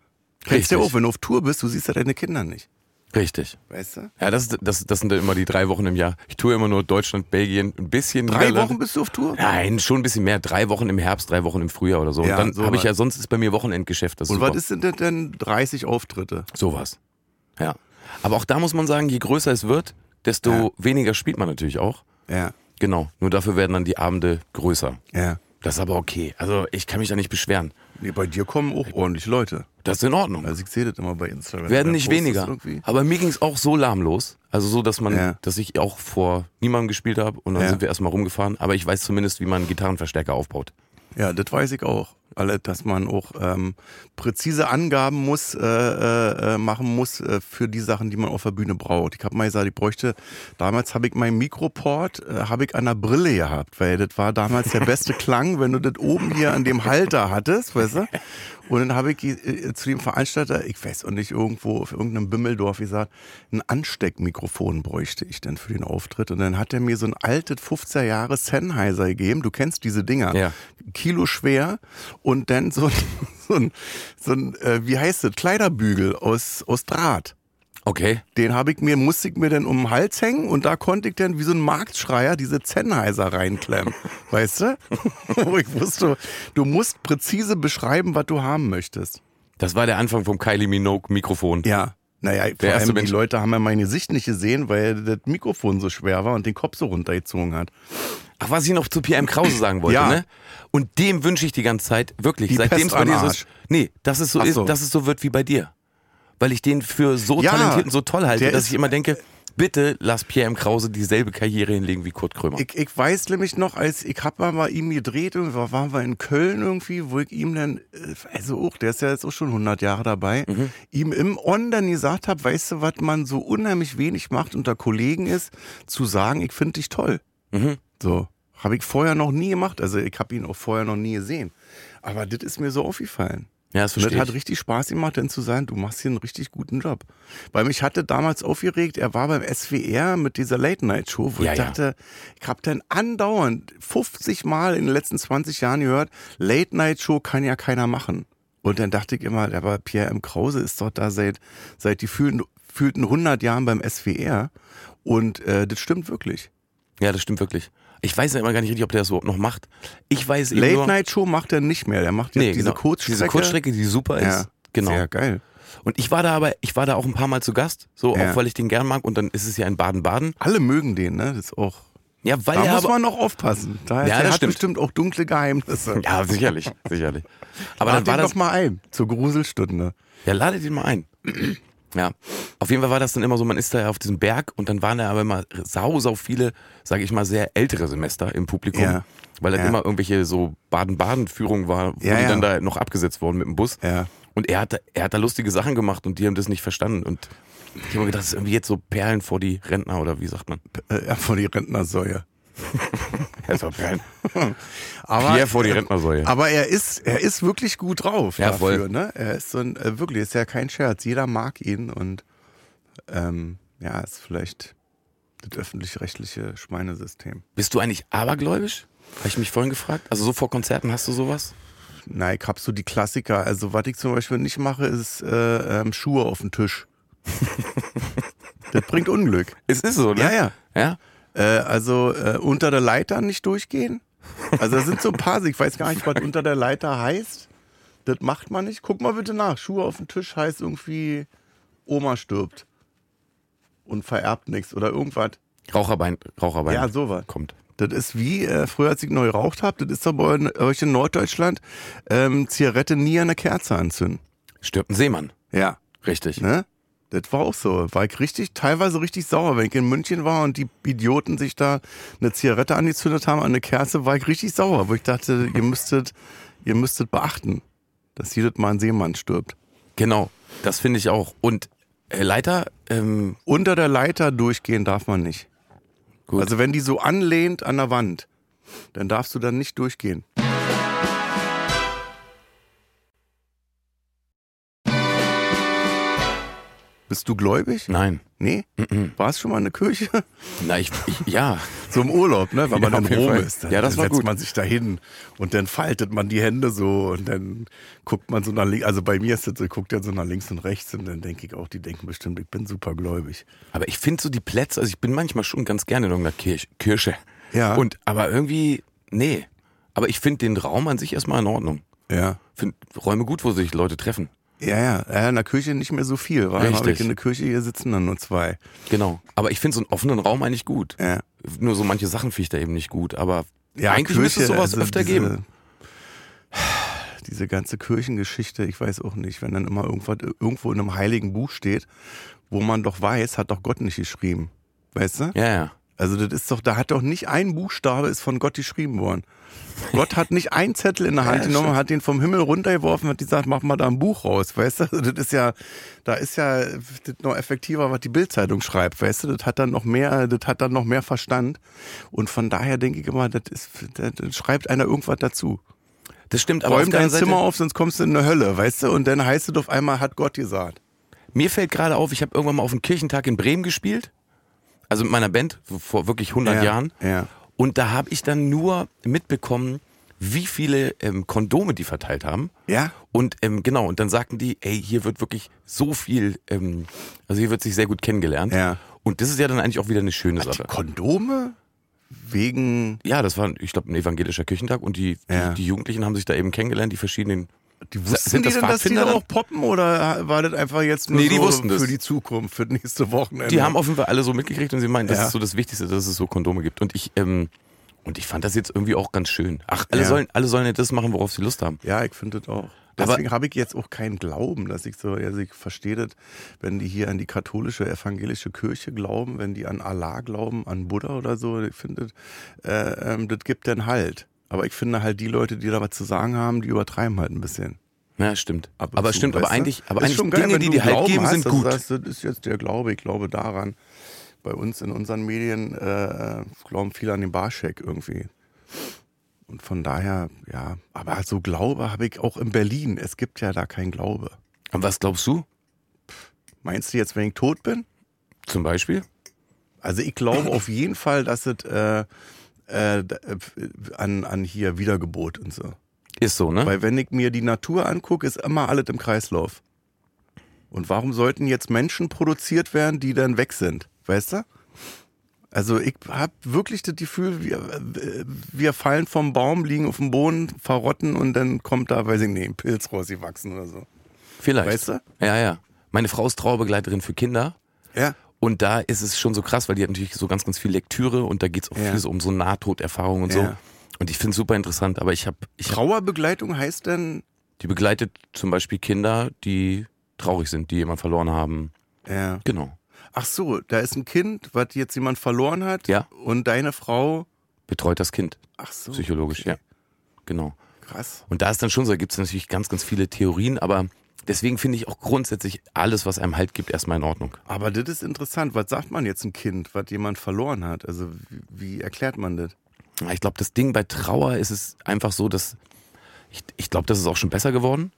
Kennst du ja
Richtig.
auch, wenn du auf Tour bist, du siehst ja deine Kinder nicht.
Richtig.
Weißt du?
Ja, das, das, das sind dann immer die drei Wochen im Jahr. Ich tue immer nur Deutschland, Belgien, ein bisschen
Drei
Niederlande.
Wochen bist du auf Tour?
Nein, schon ein bisschen mehr. Drei Wochen im Herbst, drei Wochen im Frühjahr oder so.
Ja,
und dann
so
habe ich
was.
ja, sonst ist bei mir Wochenendgeschäft. Das ist
Und
super.
was ist denn das denn 30 Auftritte?
Sowas. Ja. Aber auch da muss man sagen, je größer es wird, desto
Ja.
weniger spielt man natürlich auch.
Ja,
Genau. Nur dafür werden dann die Abende größer.
ja.
Das ist aber okay. Also ich kann mich da nicht beschweren.
Nee, bei dir kommen auch ordentlich Leute.
Das ist in Ordnung.
Also ich sehe das immer bei Instagram.
werden
Da
nicht
postest
weniger.
Irgendwie.
Aber mir ging es auch so lahmlos. Also so, dass man,
Ja.
dass ich auch vor niemandem gespielt habe und dann
Ja.
sind wir erstmal rumgefahren. Aber ich weiß zumindest, wie man einen Gitarrenverstärker aufbaut.
Ja, das weiß ich auch. Alle, dass man auch ähm, präzise Angaben muss, äh, äh, äh, machen muss äh, für die Sachen, die man auf der Bühne braucht. Ich habe mal gesagt, ich bräuchte, damals habe ich meinen Mikroport, äh, habe ich an der Brille gehabt, weil das war damals der beste Klang, wenn du das oben hier an dem Halter hattest, weißt du? Und dann habe ich äh, zu dem Veranstalter, ich weiß auch nicht, irgendwo auf irgendeinem Bimmeldorf gesagt, ein Ansteckmikrofon bräuchte ich denn für den Auftritt. Und dann hat er mir so ein altes 15 Jahre Sennheiser gegeben. Du kennst diese Dinger.
Ja.
Kilo schwer und dann so ein, so ein, so ein äh, wie heißt das, Kleiderbügel aus, aus Draht.
Okay.
Den habe ich mir, musste ich mir dann um den Hals hängen und da konnte ich dann wie so ein Marktschreier diese Sennheiser reinklemmen. weißt du? Wo ich wusste, du musst präzise beschreiben, was du haben möchtest.
Das war der Anfang vom Kylie Minogue Mikrofon.
Ja. Naja, vor
Der erste
allem die
Mensch-
Leute haben ja mein Gesicht nicht gesehen, weil das Mikrofon so schwer war und den Kopf so runtergezogen hat.
Ach, was ich noch zu PM Krause sagen wollte,
Ja.
ne? Und dem wünsche ich die ganze Zeit, wirklich,
Die
seitdem
Pest
es bei
am
dir so
Arsch.
ist. Nee, dass es so
Ach
ist,
so.
dass es so wird wie bei dir. weil ich den für so
Ja,
talentiert und so toll halte,
der
dass
ist-
ich immer denke, bitte lass Pierre M. Krause dieselbe Karriere hinlegen wie Kurt Krömer.
Ich, ich weiß nämlich noch, als ich hab mal bei ihm gedreht, und wir waren wir in Köln irgendwie, wo ich ihm dann, äh, also auch, der ist ja jetzt auch schon 100 Jahre dabei, ihm im On dann gesagt habe, weißt du, was man so unheimlich wenig macht unter Kollegen ist, zu sagen, ich finde dich toll. So, habe ich vorher noch nie gemacht, also ich habe ihn auch vorher noch nie gesehen. Aber das ist mir so aufgefallen.
ja, das
Und das
verstehe
hat
ich.
richtig Spaß gemacht, denn zu sein, du machst hier einen richtig guten Job. Weil mich hatte damals aufgeregt, er war beim SWR mit dieser Late-Night-Show, wo
Ja,
ich
ja.
dachte, ich habe dann andauernd 50 Mal in den letzten 20 Jahren gehört, Late-Night-Show kann ja keiner machen. Und dann dachte ich immer, aber Pierre M. Krause ist doch da seit, seit die fühlen, fühlten 100 Jahren beim SWR. Und äh, das stimmt wirklich.
Ja, das stimmt wirklich. Ich weiß ja immer gar nicht richtig, ob der das überhaupt noch macht. Ich weiß eben nur,
Late-Night-Show macht er nicht mehr. Er macht jetzt
nee,
diese
genau,
Kurzstrecke.
diese Kurzstrecke, die super
Ja,
ist. Genau.
Sehr geil.
Und ich war da aber, ich war da auch ein paar Mal zu Gast, so
Ja.
auch weil ich den gern mag. Und dann ist es ja in Baden-Baden.
Alle mögen den, ne? Das ist auch.
Ja, weil
Da
er
muss
aber,
man noch aufpassen. Da
Ja,
der
das
hat
stimmt.
bestimmt auch dunkle Geheimnisse.
ja sicherlich, sicherlich. Aber
Lad
dann war
ihn
das
doch mal ein zur Gruselstunde.
Ja, ladet ihn mal ein. Ja, auf jeden Fall war das dann immer so, man ist da ja auf diesem Berg und dann waren da aber immer sau, sau viele, sage ich mal, sehr ältere Semester im Publikum,
Ja.
weil dann
Ja.
immer irgendwelche so Baden-Baden-Führungen war, wo
Ja,
die
ja.
dann da noch abgesetzt wurden mit dem Bus.
Ja.
Und er hat, da- er hat da lustige Sachen gemacht und die haben das nicht verstanden. Und ich habe mir gedacht, das ist irgendwie jetzt so Perlen vor die Rentner oder wie sagt man?
Äh, ja, vor die Rentnersäue.
Also Perlen.
Aber,
Pierre vor die Rentnersäule.
aber er ist, er ist wirklich gut drauf
Ja,
dafür,
voll.
ne? Er ist so ein, äh, wirklich, ist ja kein Scherz. Jeder mag ihn und ähm, ja, ist vielleicht das öffentlich-rechtliche Schweinesystem.
Bist du eigentlich abergläubisch? Habe ich mich vorhin gefragt. Also so vor Konzerten hast du sowas?
Na, ich hab so die Klassiker. Also, was ich zum Beispiel nicht mache, ist äh, ähm, Schuhe auf den Tisch. das bringt Unglück.
Es ist so, ne?
Ja, ja.
Ja?
Äh, also äh, unter der Leiter nicht durchgehen. Also da sind so ein paar, ich weiß gar nicht, was unter der Leiter heißt. Das macht man nicht. Guck mal bitte nach. Schuhe auf dem Tisch heißt irgendwie Oma stirbt und vererbt nichts oder irgendwas.
Raucherbein, Raucherbein.
Ja, sowas.
Kommt.
Das ist wie äh, früher, als ich neu geraucht habe, das ist doch bei euch in Norddeutschland, ähm, Zigarette nie an der Kerze anzünden.
Stirbt ein Seemann.
Ja.
Richtig.
Ne? Das war auch so. War ich richtig, teilweise richtig sauer. Wenn ich in München war und die Idioten sich da eine Zigarette angezündet haben an eine Kerze, war ich richtig sauer, wo ich dachte, ihr müsstet, ihr müsstet beachten, dass jedes Mal ein Seemann stirbt.
Genau. Das finde ich auch. Und äh, Leiter, ähm,
Unter der Leiter durchgehen darf man nicht.
Gut.
Also wenn die so anlehnt an der Wand, dann darfst du dann nicht durchgehen. Bist du gläubig?
nein.
Nee? War es schon mal eine Kirche?
Na, ich, ich ja.
So im Urlaub, ne? Wenn man
Ja,
in
auf jeden
Rom
Fall.
ist, dann,
Ja, das
dann
war
setzt
gut.
man sich da hin und dann faltet man die Hände so und dann guckt man so nach links. Also bei mir ist das so, guckt er so nach links und rechts und dann denke ich auch, die denken bestimmt, ich bin supergläubig.
Aber ich finde so die Plätze, also ich bin manchmal schon ganz gerne in irgendeiner Kirche. Kirche.
Ja.
Und, aber irgendwie, nee. Aber ich finde den Raum an sich erstmal in Ordnung.
Ja.
Find Räume gut, wo sich Leute treffen.
Ja, ja. ja in der Kirche nicht mehr so viel, weil
Richtig.
hab ich in der Kirche hier sitzen dann nur zwei.
Genau. Aber ich finde so einen offenen Raum eigentlich gut.
Ja.
Nur so manche Sachen finde ich da eben nicht gut. Aber
Ja,
eigentlich müsste es
Kirche,
sowas
also
öfter
diese-
geben.
Diese ganze Kirchengeschichte, ich weiß auch nicht, wenn dann immer irgendwas irgendwo in einem heiligen Buch steht, wo man doch weiß, hat doch Gott nicht geschrieben. Weißt du?
Ja, ja.
Also das ist doch, da hat doch nicht ein Buchstabe ist von Gott geschrieben worden. Gott hat nicht einen Zettel in der Hand
Ja,
genommen,
stimmt.
hat den vom Himmel runtergeworfen, hat gesagt, mach mal da ein Buch raus, weißt du? Also das ist ja, da ist ja das noch effektiver, was die Bildzeitung schreibt, weißt du? Das hat dann noch mehr, das hat dann noch mehr Verstand. Und von daher denke ich immer, das ist, das, das schreibt einer irgendwas dazu.
Das stimmt, aber auf
Räum
der
dein
anderen Seite,
Zimmer auf, sonst kommst du in eine Hölle, weißt du? Und dann heißt es auf einmal, hat Gott gesagt.
Mir fällt gerade auf, ich habe irgendwann mal auf dem Kirchentag in Bremen gespielt. Also mit meiner Band, vor wirklich 100
Ja,
Jahren.
ja.
Und da habe ich dann nur mitbekommen, wie viele ähm, Kondome die verteilt haben.
Ja?
Und ähm, genau, und dann sagten die, ey, hier wird wirklich so viel, ähm, also hier wird sich sehr gut kennengelernt.
Ja.
Und das ist ja dann eigentlich auch wieder eine schöne Sache.
Kondome? Wegen
Ja, das war, ich glaube, ein evangelischer Kirchentag und die, die,
Ja.
die Jugendlichen haben sich da eben kennengelernt, die verschiedenen.
Die
wussten
wussten
die
die
das
denn, dass die
Pfadfinder
da
dann?
auch poppen oder war das einfach jetzt nur
Nee, die
so
wussten das.
für die Zukunft, für nächste Wochenende?
Die haben auf jeden Fall alle so mitgekriegt und sie meinen, das
Genau. Ja.
ist so das Wichtigste, dass es so Kondome gibt. Und ich, ähm, Und ich fand das jetzt irgendwie auch ganz schön. Ach, alle,
Ja.
sollen, alle sollen ja das machen, worauf sie Lust haben.
Ja, ich finde das auch.
Aber-
Deswegen habe ich jetzt auch keinen Glauben, dass ich so, also ich verstehe das, wenn die hier an die katholische, evangelische Kirche glauben, wenn die an Allah glauben, an Buddha oder so, ich finde, das, äh, ähm, das gibt dann halt. Aber ich finde halt die Leute, die da was zu sagen haben, die übertreiben halt ein bisschen.
Ja, stimmt.
Ab und
aber
zu,
stimmt,
weißt
aber
du?
eigentlich, aber
Ist
eigentlich
schon geil,
Dinge,
wenn
die
du
die halt
Glauben
geben,
hast,
sind
dass du
gut.
sagst, Das ist jetzt der Glaube, ich glaube daran. Bei uns in unseren Medien äh, glauben viele an den Barscheck irgendwie. Und von daher, ja, aber so Glaube habe ich auch in Berlin. Es gibt ja da keinen Glaube.
Und was glaubst du?
Meinst du jetzt, wenn ich tot bin?
Zum Beispiel?
Also ich glaube auf jeden Fall, dass es äh, äh, d- äh, an, an hier Wiedergeburt und so.
Ist so, ne?
Weil wenn ich mir die Natur angucke, ist immer alles im Kreislauf. Und warum sollten jetzt Menschen produziert werden, die dann weg sind? Weißt du? Also ich habe wirklich das Gefühl, wir, äh, wir fallen vom Baum, liegen auf dem Boden, verrotten und dann kommt da, weiß ich nicht, ein Pilz raus, die wachsen oder so.
Vielleicht.
Weißt du?
Ja, ja. Meine Frau ist Trauerbegleiterin für Kinder.
Ja.
Und da ist es schon so krass, weil die hat natürlich so ganz, ganz viel Lektüre und da geht es auch
Ja.
vieles um so Nahtoderfahrungen und so.
Ja.
Und ich finde es super interessant, aber ich habe, ich hab,
Trauerbegleitung heißt dann,
die begleitet zum Beispiel Kinder, die traurig sind, die jemand verloren haben.
ja.
Genau.
ach so, da ist ein Kind, was jetzt jemand verloren hat
Ja.
und deine Frau,
Betreut das Kind,
ach so,
psychologisch,
okay.
ja. Genau.
krass.
Und da ist dann schon so, da gibt es natürlich ganz, ganz viele Theorien, aber deswegen finde ich auch grundsätzlich alles, was einem Halt gibt, erstmal in Ordnung.
Aber das ist interessant. Was sagt man jetzt ein Kind, was jemand verloren hat? Also wie, wie erklärt man das?
Ja, Ich glaube, das Ding bei Trauer ist es einfach so, dass ich, ich glaube, das ist auch schon besser geworden.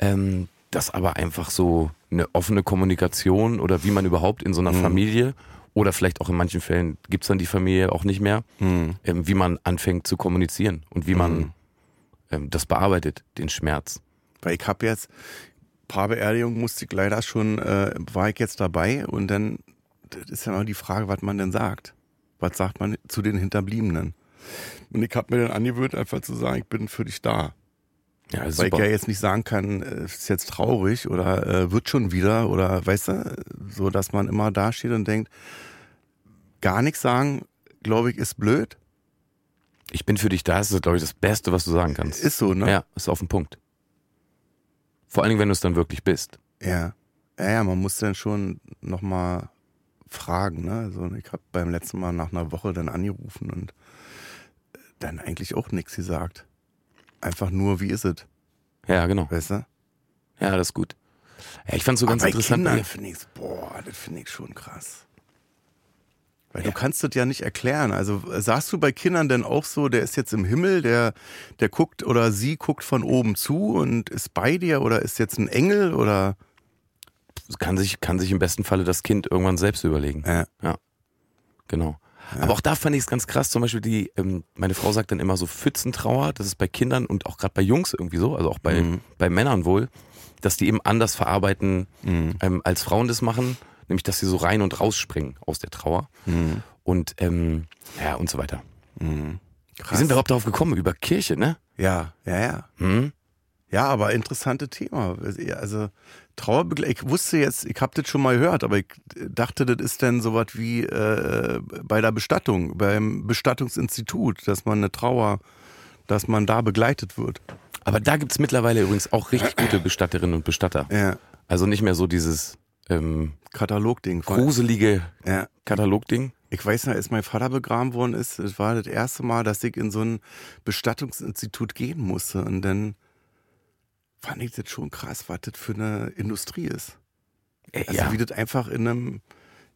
Ähm, dass aber einfach so eine offene Kommunikation oder wie man überhaupt in so einer Familie oder vielleicht auch in manchen Fällen gibt's dann die Familie auch nicht mehr, ähm, wie man anfängt zu kommunizieren und wie
Mhm.
man ähm, das bearbeitet, den Schmerz.
Weil ich habe jetzt ein paar Beerdigungen musste ich leider schon, äh, war ich jetzt dabei und dann das ist ja immer die Frage, was man denn sagt. Was sagt man zu den Hinterbliebenen? Und ich habe mir dann angewöhnt, einfach zu sagen, ich bin für dich da.
Ja, das ist
Weil
super.
ich ja jetzt nicht sagen kann, äh, ist jetzt traurig oder äh, wird schon wieder oder weißt du, so dass man immer dasteht und denkt, gar nichts sagen, glaube ich, ist blöd.
Ich bin für dich da, das ist, glaube ich, das Beste, was du sagen kannst.
Ist so, ne?
Ja, ist auf den Punkt. Vor allen Dingen, wenn du es dann wirklich bist.
Ja. Ja, ja man muss dann schon nochmal fragen, ne? Also ich habe beim letzten Mal nach einer Woche dann angerufen und äh, dann eigentlich auch nichts gesagt. Einfach nur, wie ist es,
Ja, genau.
weißt du?
Ja, das ist gut. Ja, ich fand's so ganz
Aber bei
interessant. ne?
Kindern finde ich boah, das finde ich schon krass. Weil du kannst das ja nicht erklären. Also äh, sagst du bei Kindern denn auch so, der ist jetzt im Himmel, der, der guckt oder sie guckt von oben zu und ist bei dir oder ist jetzt ein Engel oder
kann sich, kann sich im besten Falle das Kind irgendwann selbst überlegen.
Ja.
Genau. Aber auch da fand ich es ganz krass, zum Beispiel die, ähm, meine Frau sagt dann immer so Pfützentrauer, das ist bei Kindern und auch gerade bei Jungs irgendwie so, also auch bei, bei Männern wohl, dass die eben anders verarbeiten, ähm, als Frauen das machen, nämlich dass sie so rein und rausspringen aus der Trauer und ähm, ja und so weiter.
Mhm.
Wie
krass.
sind wir überhaupt darauf gekommen? Über Kirche, ne?
Ja, ja, ja.
Hm?
Ja, aber interessantes Thema. Also Trauerbegleitung, ich wusste jetzt, ich habe das schon mal gehört, aber ich dachte, das ist dann sowas wie äh, bei der Bestattung, beim Bestattungsinstitut, dass man eine Trauer, dass man da begleitet wird.
Aber da gibt's mittlerweile übrigens auch richtig gute Bestatterinnen und Bestatter.
Ja,
Also nicht mehr so dieses ähm,
Katalogding.
gruselige
Ja.
Katalogding.
Ich weiß noch, als mein Vater begraben worden ist, das war das erste Mal, dass ich in so ein Bestattungsinstitut gehen musste. Und dann fand ich das schon krass, was das für eine Industrie ist. Also
ja.
wie das einfach in einem,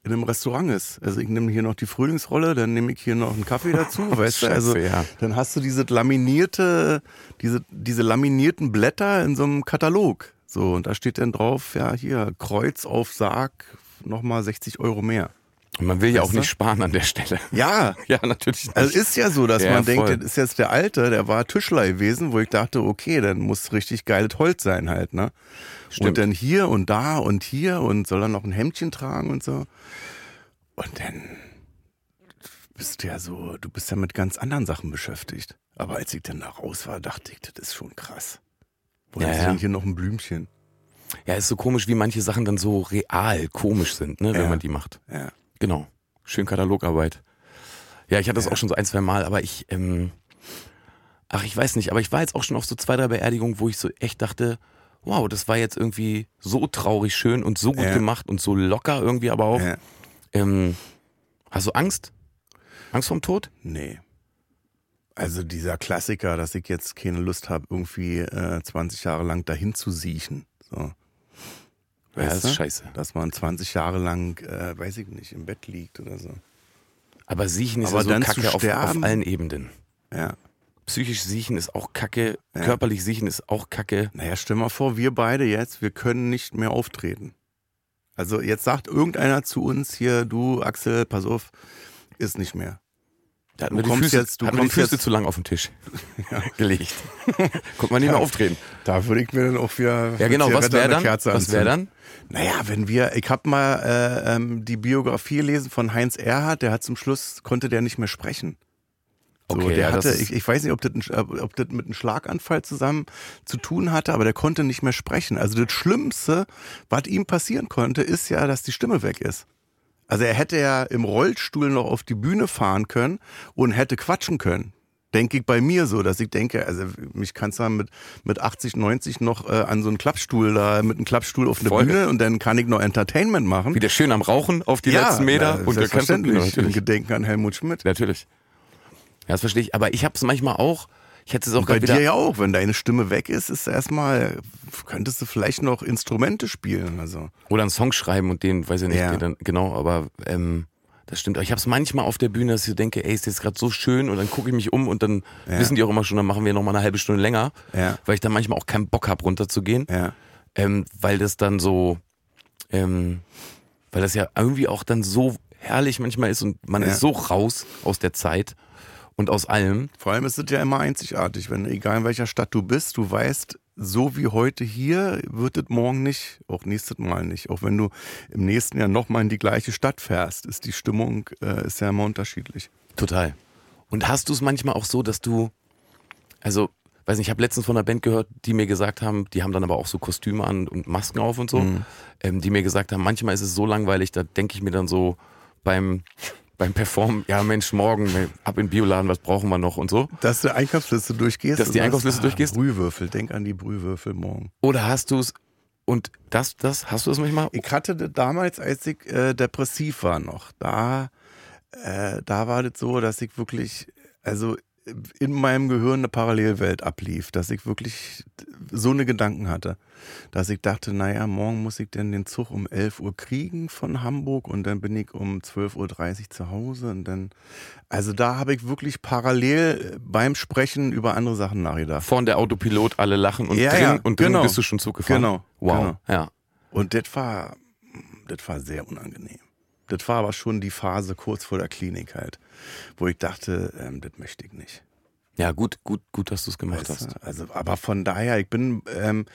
in einem Restaurant ist. Also ich nehme hier noch die Frühlingsrolle, dann nehme ich hier noch einen Kaffee dazu,
ne,
weißt du? Also
Scheiße, ja.
dann hast du diese laminierte, diese, diese laminierten Blätter in so einem Katalog. So, und da steht dann drauf, ja, hier, Kreuz auf Sarg, nochmal 60 Euro mehr.
Und man will ja
Weißt
auch
du?
nicht sparen an der Stelle.
Ja,
Ja, natürlich nicht.
also ist ja so, dass
Ja,
man
voll.
denkt, das ist jetzt der Alte, der war Tischler gewesen, wo ich dachte, okay, dann muss richtig geiles Holz sein halt, ne?
Stimmt.
Und dann hier und da und hier und soll er noch ein Hemdchen tragen und so. Und dann bist du ja so, du bist ja mit ganz anderen Sachen beschäftigt. Aber als ich dann da raus war, dachte ich, das ist schon krass. Woher
Ja,
ist
ja.
denn hier noch ein Blümchen?
ja, ist so komisch, wie manche Sachen dann so real komisch sind, ne, wenn
Ja.
man die macht.
Ja.
Genau. Schön Katalogarbeit. Ja, ich hatte das auch schon so ein, zwei Mal, aber ich, ähm, ach, ich weiß nicht, aber ich war jetzt auch schon auf so zwei, drei Beerdigungen, wo ich so echt dachte, wow, das war jetzt irgendwie so traurig schön und so gut
Ja.
gemacht und so locker irgendwie, aber auch.
Ja.
Ähm, hast du Angst? Angst vom Tod?
Nee. Also dieser Klassiker, dass ich jetzt keine Lust habe, irgendwie äh, 20 Jahre lang dahin zu siechen. So.
Ja, das
du?
ist scheiße.
Dass man 20 Jahre lang, äh, weiß ich nicht, im Bett liegt oder so.
Aber siechen ist
Aber
ja so
dann zu
kacke auf, auf
sterben?
allen Ebenen.
Ja.
Psychisch siechen ist auch kacke,
Ja.
körperlich siechen ist auch kacke.
Naja, stell mal vor, wir beide jetzt, wir können nicht mehr auftreten. Also jetzt sagt irgendeiner zu uns hier, du Axel, pass auf, ist nicht mehr.
Da hatten
Du
wir die
kommst
Füße,
jetzt- du
hatten wir die
kommst jetzt-
Füße zu lang auf den Tisch gelegt. Konnte man nicht mehr auftreten.
Da würde ich mir dann auch wieder.
Ja genau,
wieder
was
Wetter
wäre
an der
dann?
Kerze
Was wäre
anzünden.
dann?
Naja, wenn wir, ich habe mal äh, ähm, die Biografie gelesen von Heinz Erhardt, der hat zum Schluss, konnte der nicht mehr sprechen. So,
Okay,
der
ja, das
hatte,
ist-
ich, ich weiß nicht, ob das, ein, Sch- ob das mit einem Schlaganfall zusammen zu tun hatte, aber der konnte nicht mehr sprechen. Also das Schlimmste, was ihm passieren konnte, ist ja, dass die Stimme weg ist. Also er hätte ja im Rollstuhl noch auf die Bühne fahren können und hätte quatschen können. Denke ich bei mir so, dass ich denke, also mich kannst du mit, mit 80, 90 noch äh, an so einen Klappstuhl da, mit einem Klappstuhl auf eine
Voll.
Bühne und dann kann ich noch Entertainment machen.
Wieder schön am Rauchen auf die letzten Meter
na,
und der Kampf.
selbstverständlich. Im
natürlich.
Gedenken an Helmut Schmidt.
natürlich. Ja, das verstehe ich. Aber ich habe es manchmal auch. Ich hätte es auch
Bei
gerade wieder.
dir ja auch, wenn deine Stimme weg ist, ist erstmal, könntest du vielleicht noch Instrumente spielen. Also,
Oder einen Song schreiben und den, weiß ich nicht,
Ja.
den dann, genau, aber ähm, das stimmt. Aber ich habe es manchmal auf der Bühne, dass ich denke, ey, ist jetzt gerade so schön und dann gucke ich mich um und dann
Ja.
wissen die auch immer schon, dann machen wir nochmal eine halbe Stunde länger,
Ja.
weil ich dann manchmal auch keinen Bock habe, runterzugehen,
ja.
ähm, weil das dann so, ähm, weil das ja irgendwie auch dann so herrlich manchmal ist und man
Ja.
ist so raus aus der Zeit und aus allem.
Vor allem ist es ja immer einzigartig, wenn egal in welcher Stadt du bist, du weißt, so wie heute hier wird es morgen nicht, auch nächstes Mal nicht. Auch wenn du im nächsten Jahr nochmal in die gleiche Stadt fährst, ist die Stimmung äh, ist ja immer unterschiedlich.
Total. Und hast du es manchmal auch so, dass du, also, weiß nicht, ich habe letztens von einer Band gehört, die mir gesagt haben, die haben dann aber auch so Kostüme an und Masken auf und so,
Mhm.
ähm, die mir gesagt haben, manchmal ist es so langweilig, da denke ich mir dann so beim, beim Performen, ja Mensch, morgen, ab in den Bioladen, was brauchen wir noch und so.
Dass du die Einkaufsliste durchgehst.
Dass
und
die
sagst, ah,
Einkaufsliste durchgehst?
Brühwürfel, denk an die Brühwürfel morgen.
Oder hast du es, und das, das, hast du das manchmal?
Ich hatte das damals, als ich äh, depressiv war noch, da, äh, da war das so, dass ich wirklich, also äh, in meinem Gehirn eine Parallelwelt ablief, dass ich wirklich so eine Gedanken hatte, dass ich dachte, naja, morgen muss ich denn den Zug um 11 Uhr kriegen von Hamburg und dann bin ich um 12.30 Uhr zu Hause und dann, also da habe ich wirklich parallel äh, beim Sprechen über andere Sachen nachgedacht.
Vorn der Autopilot, alle lachen und
Ja,
drin,
ja,
und drin
genau.
bist du schon Zug gefahren.
Genau,
Wow,
genau.
ja.
Und das war, das war sehr unangenehm. Das war aber schon die Phase kurz vor der Klinik halt, wo ich dachte, ähm, das möchte ich nicht.
Ja, gut, gut, gut, dass du es gemacht
Weißt
hast.
du? Also, aber von daher, ich bin, ähm,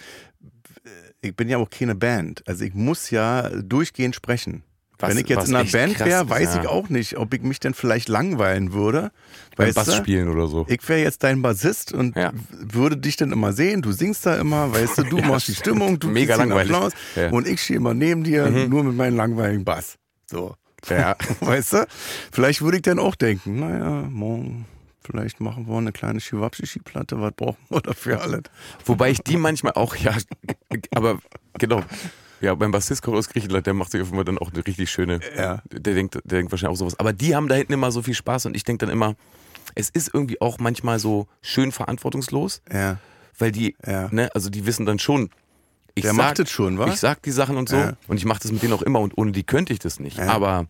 ich bin ja auch keine Band. Also ich muss ja durchgehend sprechen.
Was-
Wenn ich
was
jetzt in einer
echt
Band
krass
wäre,
ist,
weiß
ja.
ich auch nicht, ob ich mich denn vielleicht langweilen würde.
Beim
Weißt
Bass
du?
spielen oder so.
ich wäre jetzt dein Bassist und
Ja.
w- würde dich dann immer sehen. Du singst da immer, weißt du, du machst die
stimmt.
Stimmung, du
Mega
kriegst den
langweilig.
Applaus
Ja. Mhm.
und ich stehe immer neben dir, nur mit meinem langweiligen Bass. So. Ja. weißt du? Vielleicht würde ich dann auch denken, naja, morgen. Vielleicht machen wir eine kleine Schiwabschi-Platte, was brauchen wir dafür alles?
Wobei ich die manchmal auch, ja, aber genau. Ja, beim Bassistchor aus Griechenland, der macht sich offenbar dann auch eine richtig schöne.
Ja.
Der denkt, der denkt wahrscheinlich auch sowas. Aber die haben da hinten immer so viel Spaß und ich denke dann immer, es ist irgendwie auch manchmal so schön verantwortungslos,
Ja.
weil die,
Ja.
ne, also die wissen dann schon, ich
Der
sag,
macht das schon, wa?
Ich sag die Sachen und so
Ja.
und ich mache das mit denen auch immer und ohne die könnte ich das nicht.
Ja.
Aber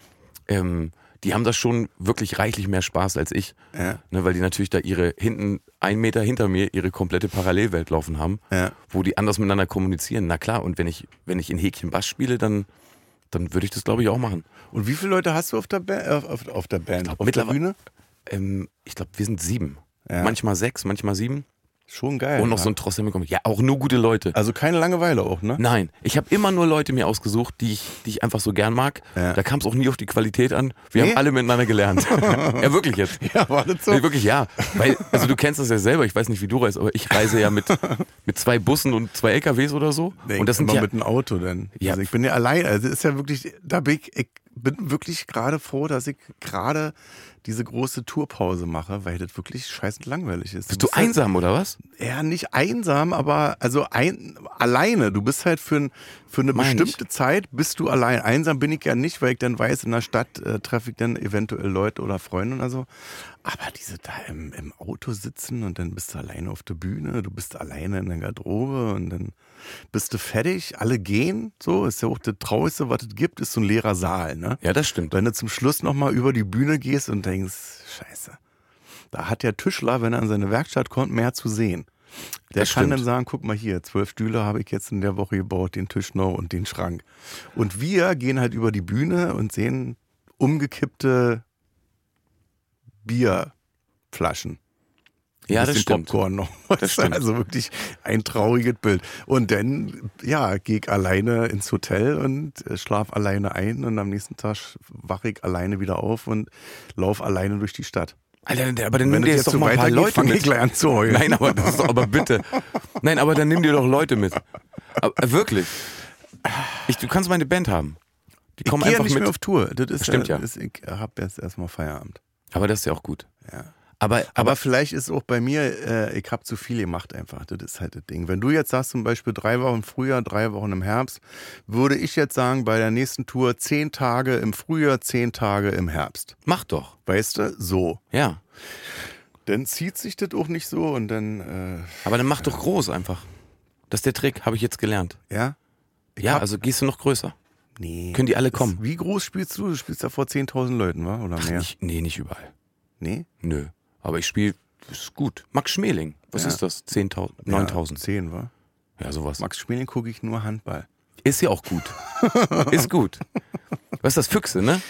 ähm, die haben da schon wirklich reichlich mehr Spaß als ich,
Ja.
ne, weil die natürlich da ihre hinten, einen Meter hinter mir, ihre komplette Parallelwelt laufen haben
Ja.
wo die anders miteinander kommunizieren. Na klar, und wenn ich, wenn ich in Häkchen Bass spiele, dann, dann würde ich das, glaube ich, auch machen.
Und wie viele Leute hast du auf der, ba auf, auf, auf der Band?
glaub,
auf der
mittlerweile-
Bühne?
Ähm, ich glaube, wir sind sieben.
Ja.
Manchmal sechs, manchmal sieben.
Schon geil.
Und noch so ein Tross mitkommen. Ja, auch nur gute Leute.
also keine Langeweile auch, ne?
Nein, ich habe immer nur Leute mir ausgesucht, die ich, die ich einfach so gern mag.
Ja.
Da kam es auch nie auf die Qualität an. Wir
Nee?
haben alle miteinander gelernt. ja, wirklich jetzt.
Ja, war das so?
Nee, wirklich, ja. Weil, also du kennst das ja selber, ich weiß nicht, wie du reist, aber ich reise ja mit, mit zwei Bussen und zwei LKWs oder so.
Nee,
und das sind
immer
ja,
mit dem Auto dann.
Ja.
Also ich bin ja allein. Also es ist ja wirklich, da bin ich, ich bin wirklich gerade froh, dass ich gerade diese große Tourpause mache, weil das wirklich scheißend langweilig ist.
Bist du
halt-
einsam oder was?
Ja, nicht einsam, aber also ein, alleine. Du bist halt für, ein, für eine
Mein ich.
bestimmte Zeit bist du allein. Einsam bin ich ja nicht, weil ich dann weiß, in der Stadt äh, treffe ich dann eventuell Leute oder Freunde oder so. Aber diese da im, im Auto sitzen und dann bist du alleine auf der Bühne, du bist alleine in der Garderobe und dann bist du fertig, alle gehen. So, ist ja auch das Traurigste, was es gibt, ist so ein leerer Saal, ne?
Ja, das stimmt.
Wenn du zum Schluss nochmal über die Bühne gehst und denkst, scheiße, da hat der Tischler, wenn er in seine Werkstatt kommt, mehr zu sehen. Der
Das
kann
stimmt.
dann sagen, guck mal hier, zwölf Stühle habe ich jetzt in der Woche gebaut, den Tisch noch und den Schrank. Und wir gehen halt über die Bühne und sehen umgekippte Bierflaschen.
Ja,
Ein
das
bisschen
stimmt.
Popcorn noch.
stimmt.
Also wirklich ein trauriges Bild. Und dann, ja, gehe ich alleine ins Hotel und äh, schlaf alleine ein und am nächsten Tag wache ich alleine wieder auf und lauf alleine durch die Stadt.
Alter, der- aber dann nimm
Wenn
dir
das
jetzt
jetzt
doch
so
mal ein paar
weitergeht,
Leute
fange
mit.
ich gleich an zu heulen.
Nein, aber das ist doch, aber bitte. Nein, aber dann nimm dir doch Leute mit. Aber, äh, wirklich. Ich, du kannst meine Band haben. Die kommen
ich gehe ja
einfach
nicht
mit.
mehr auf Tour. Das ist
Stimmt ja.
Das, ich habe jetzt erstmal Feierabend.
aber das ist ja auch gut.
Ja.
Aber,
Aber,
aber,
vielleicht ist auch bei mir, äh, ich habe zu viel gemacht einfach. Das ist halt das Ding. Wenn du jetzt sagst, zum Beispiel drei Wochen im Frühjahr, drei Wochen im Herbst, würde ich jetzt sagen, bei der nächsten Tour zehn Tage im Frühjahr, zehn Tage im Herbst.
mach doch.
Weißt du? So.
Ja.
Dann zieht sich das auch nicht so und dann,
Aber dann mach doch groß einfach. Das ist der Trick, habe ich jetzt gelernt.
äh, ja. Ich
ja,
hab-
also gehst du noch größer.
nee.
Können die alle kommen?
Das- Wie groß spielst du? Du spielst ja vor 10.000 Leuten, wa? oder
Ach,
mehr?
nicht, nee, nicht überall.
Nee?
Nö. Aber ich spiele, ist gut. Max Schmeling. Was
Ja.
ist das? 10.000,
Ja,
9.000.
10, wa?
Ja, sowas.
Max Schmeling gucke ich nur Handball.
Ist ja auch gut. ist gut. Was ist das? Füchse, ne?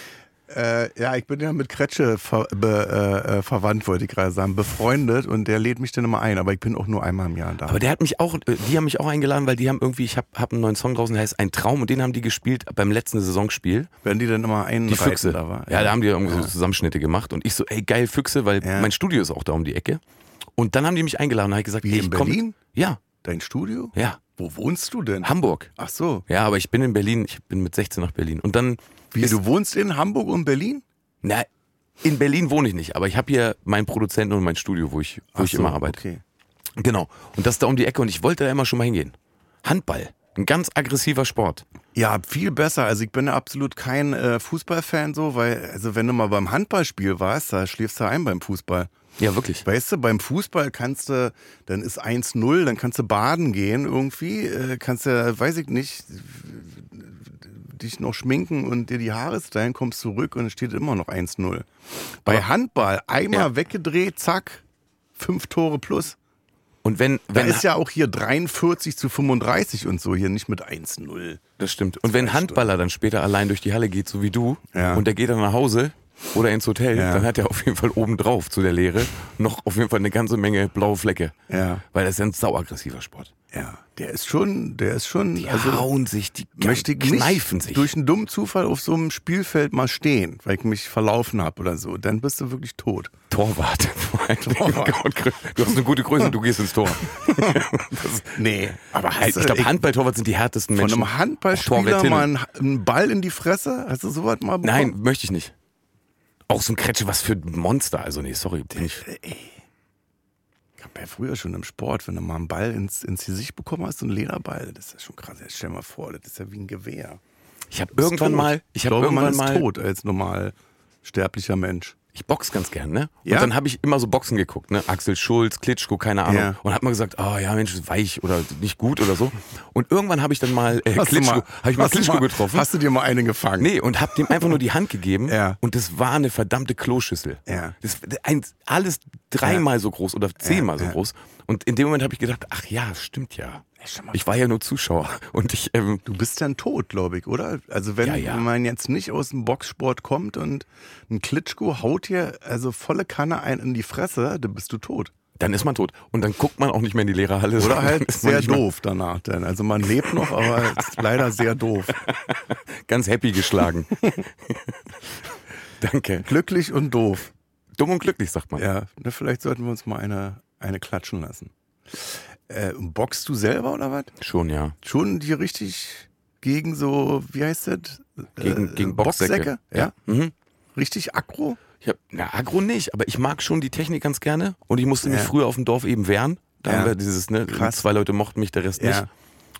Äh, ja, ich bin ja mit Kretsche ver be, äh, äh, verwandt, wollte ich gerade sagen, befreundet und der lädt mich dann immer ein, aber ich bin auch nur einmal im Jahr da.
Aber der hat mich auch, äh, die haben mich auch eingeladen, weil die haben irgendwie, ich habe hab einen neuen Song draußen, der heißt Ein Traum und den haben die gespielt beim letzten Saisonspiel.
Werden die dann immer einen
Die Füchse.
da war?
Ja, da haben die irgendwie so Zusammenschnitte gemacht und ich so, ey, geil, Füchse, weil
Ja.
mein Studio ist auch da um die Ecke. Und dann haben die mich eingeladen und habe gesagt,
Wie,
ey,
in
ich komm-
Berlin?
Ja,
Dein Studio?
ja.
Wo wohnst du denn?
Hamburg.
Ach so.
Ja, aber ich bin in Berlin, ich bin mit 16 nach Berlin. Und dann,
Wie, du wohnst in Hamburg und Berlin?
na, in Berlin wohne ich nicht, aber ich habe hier meinen Produzenten und mein Studio, wo ich, wo
Ach
ich
so,
immer arbeite.
Okay.
Genau. Und das ist da um die Ecke und ich wollte da immer schon mal hingehen. Handball. Ein ganz aggressiver Sport.
Ja, viel besser. Also ich bin ja absolut kein äh, Fußballfan so, weil, also wenn du mal beim Handballspiel warst, da schläfst du ein beim Fußball.
Ja, wirklich.
Weißt du, beim Fußball kannst du, dann ist 1-0, dann kannst du baden gehen irgendwie, äh, kannst du, weiß ich nicht, dich noch schminken und dir die Haare stylen, kommst zurück und es steht immer noch 1-0. Bei Handball, einmal
Ja.
weggedreht, zack, fünf Tore plus.
Und wenn,
Da
wenn
ist ja auch hier 43 zu 35 und so, hier nicht mit 1-0.
das stimmt. Und wenn Handballer dann später allein durch die Halle geht, so wie du,
Ja.
und der geht dann nach Hause oder ins Hotel,
Ja.
dann hat er auf jeden Fall obendrauf zu der Lehre noch auf jeden Fall eine ganze Menge blaue Flecke.
Ja.
Weil das ist ja ein sauaggressiver Sport.
Ja, der ist schon, der ist schon,
Die
also
hauen sich, die
möchte ich
kneifen
nicht
sich.
durch einen dummen Zufall auf so einem Spielfeld mal stehen, weil ich mich verlaufen habe oder so. Dann bist du wirklich tot.
Torwart. vor allen Dingen. Und Grö- Du hast eine gute Größe, du gehst ins Tor.
Also Nee, aber
ich glaube, Handballtorwart sind die härtesten
von
Menschen.
einem
Auch
Handballspieler
Torwärtinnen.
mal einen, einen Ball in die Fresse, hast du sowas mal
Nein,
bekommen?
möchte ich nicht. Auch so ein Kretsche, was für ein Monster. Also nee, sorry. Bin ich,
Ich hab ja früher schon im Sport, wenn du mal einen Ball ins, ins Gesicht bekommen hast, so einen Lederball, das ist ja schon krass. Jetzt stell mal vor, das ist ja wie ein Gewehr.
ich habe
Du bist
irgendwann
tot.
mal, ich habe
glaube, man
irgendwann
ist
mal,
tot als normal sterblicher Mensch.
ich box ganz gern, ne? Und
Ja?
dann habe ich immer so Boxen geguckt, ne? Axel Schulz, Klitschko, keine Ahnung.
Ja.
Und hab mal gesagt, ah ja, Mensch, weich oder nicht gut oder so. Und irgendwann habe ich dann mal äh,
Hast du
Klitschko, habe ich mal
hast du
Klitschko getroffen.
Hast du dir mal einen gefangen?
Nee, und hab dem einfach nur die Hand gegeben
Ja.
und das war eine verdammte Kloschüssel.
Ja.
Das, ein, alles dreimal so groß oder zehnmal so groß. Und in dem Moment habe ich gedacht, ach ja, stimmt ja.
schau mal.
Ich war ja nur Zuschauer und ich ähm,
Du bist dann tot, glaube ich, oder? Also wenn
Ja, ja.
man jetzt nicht aus dem Boxsport kommt und ein Klitschko haut dir also volle Kanne ein in die Fresse, dann bist du tot.
Dann ist man tot. Und dann guckt man auch nicht mehr in die leere Halle.
Oder
sondern
halt
ist man
sehr
nicht mehr
doof danach dann. Also man lebt noch, aber ist leider sehr doof.
Ganz happy geschlagen. Danke.
Glücklich und doof.
Dumm und glücklich, sagt man.
Ja, ne, vielleicht sollten wir uns mal eine, eine klatschen lassen. Äh, boxst du selber oder was?
Schon, ja.
Schon dir richtig gegen so, wie heißt das? Äh,
Gegen, gegen Boxsäcke.
Ja?
Mhm.
Richtig aggro?
Ich hab, na, Agro nicht, aber ich mag schon die Technik ganz gerne. Und ich musste mich
Ja.
früher auf dem Dorf eben wehren. Da
Ja.
haben wir dieses, ne,
Krass.
zwei Leute mochten mich, der Rest
Ja.
nicht.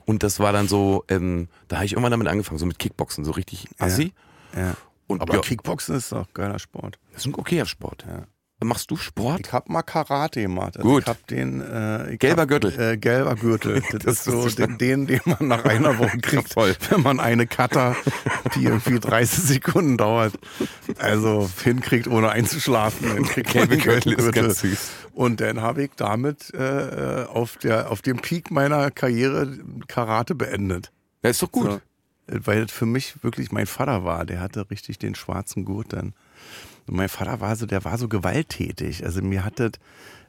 Und das war dann so, ähm, da habe ich irgendwann damit angefangen, so mit Kickboxen, so richtig assi.
Ja.
Und
Aber
ja,
Kickboxen ist doch geiler Sport.
das ist ein okayer Sport.
Ja.
Machst du Sport?
Ich hab mal Karate gemacht. Also
Gut.
Ich hab den äh, ich
Gelber
hab,
Gürtel.
Äh, gelber Gürtel. Das,
Das
ist so
ist
den, den, den man nach einer Woche kriegt,
Voll.
wenn man eine Cutter, die irgendwie 30 Sekunden dauert, also hinkriegt, ohne einzuschlafen. Dann kriegt man
Gelbe
den
Gürtel ist
Gürtel.
ganz süß.
Und dann habe ich damit äh, auf, der, auf dem Peak meiner Karriere Karate beendet.
Ja, ist doch gut.
So, weil das für mich wirklich mein Vater war. Der hatte richtig den schwarzen Gurt dann. Und mein Vater war so, der war so gewalttätig. Also mir hat das,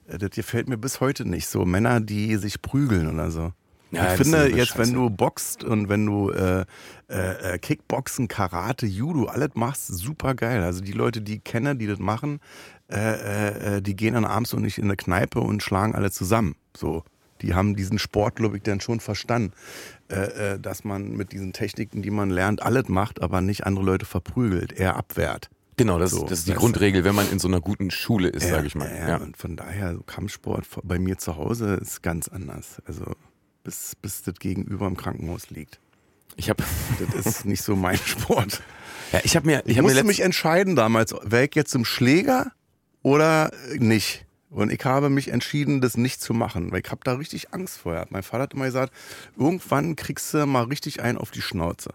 äh, das gefällt mir bis heute nicht. So Männer, die sich prügeln oder so.
Ja, das
ich
ist
finde
eine
jetzt,
Scheiße.
wenn du boxt und wenn du äh, äh, äh, Kickboxen, Karate, Judo, alles machst, super geil. Also die Leute, die ich kenne, die das machen, äh, äh, die gehen dann abends und nicht in eine Kneipe und schlagen alle zusammen. So, die haben diesen Sport, glaube ich, dann schon verstanden, äh, äh, dass man mit diesen Techniken, die man lernt, alles macht, aber nicht andere Leute verprügelt, eher abwehrt.
Genau, das,
So,
das ist die
weißt du.
Grundregel, wenn man in so einer guten Schule ist, sage ich mal.
Ja,
Ja.
Und von daher, so Kampfsport vor- bei mir zu Hause ist ganz anders. Also bis, bis das Gegenüber im Krankenhaus liegt.
Ich habe
Das ist nicht so mein Sport.
ja, ich hab mir, ich
Ich
hab mir
musste
letzt,
mich entscheiden damals, wäre ich jetzt zum Schläger oder nicht. Und ich habe mich entschieden, das nicht zu machen, weil ich habe da richtig Angst vorher. Mein Vater hat immer gesagt, irgendwann kriegst du mal richtig einen auf die Schnauze.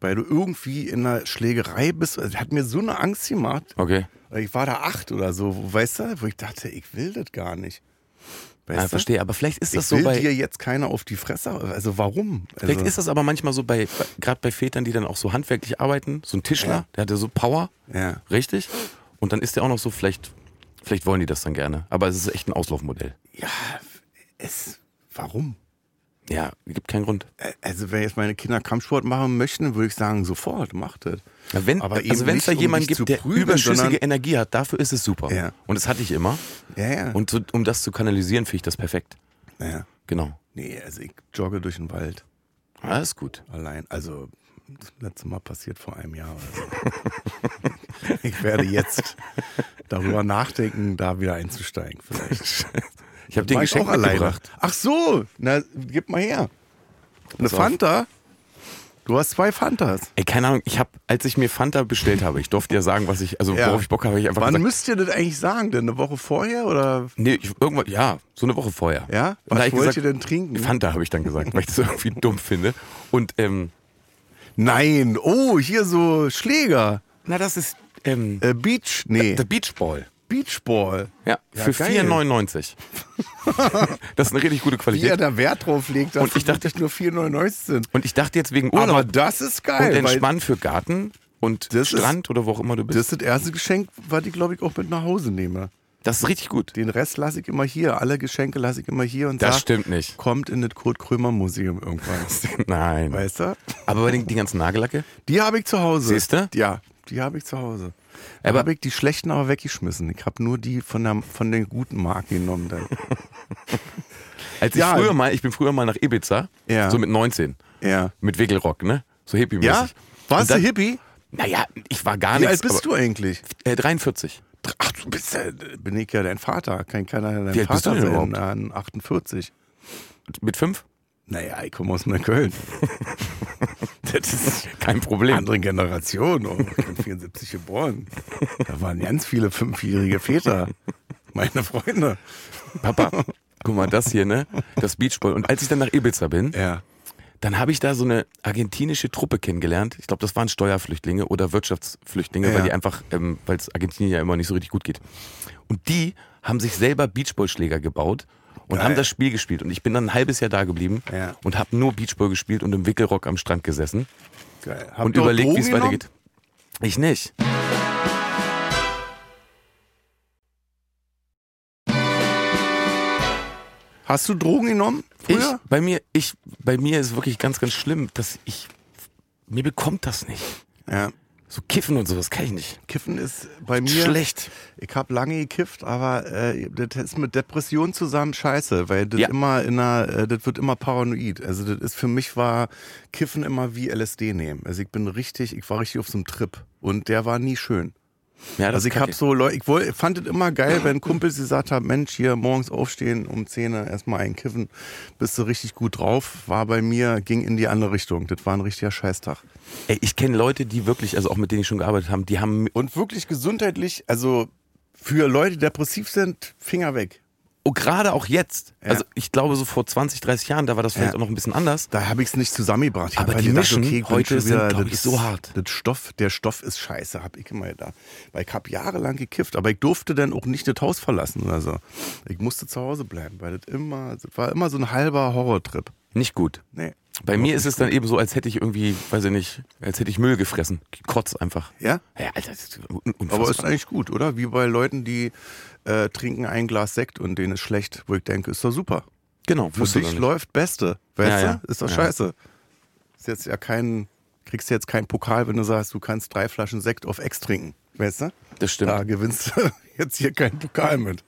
Weil du irgendwie in einer Schlägerei bist. Das hat mir so eine Angst gemacht.
Okay.
Ich war da acht oder so, wo- weißt du, wo ich dachte, ich will das gar nicht. Weißt
Ja,
du?
verstehe, aber vielleicht ist
Ich
das so
will
bei.
dir jetzt keiner auf die Fresse. Also warum?
Vielleicht
also,
ist das aber manchmal so bei, bei- gerade bei Vätern, die dann auch so handwerklich arbeiten, so ein Tischler,
Ja.
der hat ja so Power,
ja.
richtig? Und dann ist der auch noch so, vielleicht, vielleicht wollen die das dann gerne. Aber es ist echt ein Auslaufmodell.
ja, es, warum?
Ja, gibt keinen Grund.
Ä- Also wenn jetzt meine Kinder Kampfsport machen möchten, würde ich sagen, sofort, macht das.
Ja, wenn,
Aber eben
also wenn es da
nicht, um
jemanden
dich zu
gibt, der
prügeln,
überschüssige
sondern-
Energie hat, dafür ist es super.
Ja.
Und das hatte ich immer.
Ja, ja.
Und so, um das zu kanalisieren, finde ich das perfekt.
ja.
Genau.
Nee, also ich jogge durch den Wald
Alles gut.
allein. Also das letzte Mal passiert vor einem Jahr oder so. ich werde jetzt darüber nachdenken, da wieder einzusteigen vielleicht.
Ich habe dir ein
Mach ich
Geschenk mitgebracht.
Ach so, na, gib mal her. Eine
Pass auf.
Fanta? Du hast zwei Fantas.
Ey, keine Ahnung, ich habe, als ich mir Fanta bestellt habe, ich durfte ja sagen, was ich, also worauf ich Bock habe, hab ich einfach
Wann
gesagt,
müsst ihr das eigentlich sagen? Denn eine Woche vorher oder?
Nee, ich, irgendwann, ja, so eine Woche vorher.
Ja?
Und da
Was
hab ich
wollt
gesagt,
ihr denn trinken?
Fanta habe ich dann gesagt, weil ich das irgendwie dumm finde. Und ähm,
Nein. Oh, hier so Schläger.
na, das ist ähm,
Äh, Beach, nee,
der Beachball.
Beachball.
Ja,
Ja,
für
geil.
4,99. das ist eine richtig gute
Wie er
Qualität.
da Wert drauf legt, dass
Und ich dachte-
wirklich nur 4,99 sind.
Und ich dachte jetzt wegen
Aber
Urlaub
das ist
und
geil. Weil
Entspann für Garten und
Das ist-
Strand oder wo auch immer du
das
bist.
ist das erste Geschenk, was ich, glaube ich, auch mit nach Hause nehme.
Das ist richtig gut.
Den Rest lasse ich immer hier. Alle Geschenke lasse ich immer hier und
Das
sag,
stimmt nicht.
kommt in das Kurt Krömer Museum irgendwann.
Nein.
weißt du?
Aber bei den, die ganzen Nagellacke?
Die habe ich zu Hause.
Siehste?
Ja, die habe ich zu Hause.
Aber-
Aber habe ich die schlechten aber weggeschmissen. Ich habe nur die von der von den guten Marke genommen dann.
Als ich
Ja.
früher mal, ich bin früher mal nach Ibiza,
Ja.
so mit 19,
Ja.
mit Wegelrock, ne? So hippie-mäßig.
Ja?
Und
Warst du
dann-
Hippie?
Naja, ich war gar
Wie
nichts.
alt bist du eigentlich?
Äh, 43.
Ach, du bist ja, bin ich ja dein Vater. Kann keiner dein
Wie alt
Vater
bist du denn
sein.
überhaupt?
An 48.
Mit fünf?
Naja, ich komme aus Neukölln. das ist
Kein Problem.
andere Generation. Oh, ich bin 74 geboren. Da waren ganz viele fünfjährige Väter. Meine Freunde.
Papa, guck mal, das hier, ne? Das Beachball. Und als ich dann nach Ibiza bin,
Ja.
dann habe ich da so eine argentinische Truppe kennengelernt. Ich glaube, das waren Steuerflüchtlinge oder Wirtschaftsflüchtlinge,
Ja.
weil die einfach, ähm, weil es Argentinien ja immer nicht so richtig gut geht. Und die haben sich selber Beachballschläger gebaut und
Geil.
haben das Spiel gespielt. Und ich bin dann ein halbes Jahr da geblieben
Ja.
und habe nur Beachball gespielt und im Wickelrock am Strand gesessen
Geil. Habt
und
ihr auch
überlegt, wie
Drogen
es
genommen?
weitergeht. Ich nicht.
Hast du Drogen genommen?
Ich,
Früher?
bei mir, ich, bei mir ist wirklich ganz, ganz schlimm, dass ich, mir bekommt das nicht.
Ja.
So kiffen und sowas kann ich nicht.
Kiffen ist bei mir.
Schlecht.
Ich habe lange gekifft, aber äh, das ist mit Depression zusammen scheiße, weil das
Ja.
immer in einer, äh, das wird immer paranoid. Also das ist für mich war Kiffen immer wie LSD nehmen. Also ich bin richtig, ich war richtig auf so einem Trip und der war nie schön.
Ja, das
Also ich
ist
hab
kacke.
so Leute, ich woll, fand es immer geil, wenn Kumpels gesagt haben, Mensch, hier morgens aufstehen, um 10 Uhr erstmal einkiffen, bist du richtig gut drauf. War bei mir, ging in die andere Richtung. Das war ein richtiger Scheißtag.
Ey, ich kenne Leute, die wirklich, also auch mit denen ich schon gearbeitet habe, die haben
Und wirklich gesundheitlich, also für Leute, die depressiv sind, Finger weg.
oh, gerade auch jetzt,
Ja.
also ich glaube so vor 20, 30 Jahren, da war das vielleicht
Ja.
auch noch ein bisschen anders.
Da habe ich es nicht zusammengebracht. Ich hab
Aber
halt
die
gedacht,
Mischen
okay, ich bin
heute
schon
sind,
wieder-
glaub
das
ich, so
ist-
hart.
Das Stoff, der Stoff ist scheiße, habe ich immer gedacht. Weil ich habe jahrelang gekifft, aber ich durfte dann auch nicht das Haus verlassen oder so. Ich musste zu Hause bleiben, weil das immer, das war immer so ein halber Horrortrip.
Nicht gut.
Nee.
Bei mir ist es dann eben so, als hätte ich irgendwie, weiß ich nicht, als hätte ich Müll gefressen. Kotz einfach.
Ja?
Ja, Alter, das ist un- unfassbar.
Aber ist eigentlich gut, oder? Wie bei Leuten, die äh, trinken ein Glas Sekt und denen ist schlecht, wo ich denke, ist doch super.
genau,
Für
wusste
dich
ich nicht.
läuft Beste, weißt
Ja,
du?
ja.
Ist doch
Ja.
scheiße. Ist jetzt ja kein, kriegst jetzt keinen Pokal, wenn du sagst, du kannst drei Flaschen Sekt auf Ex trinken, weißt du?
Das stimmt.
Da gewinnst du jetzt hier keinen Pokal mit.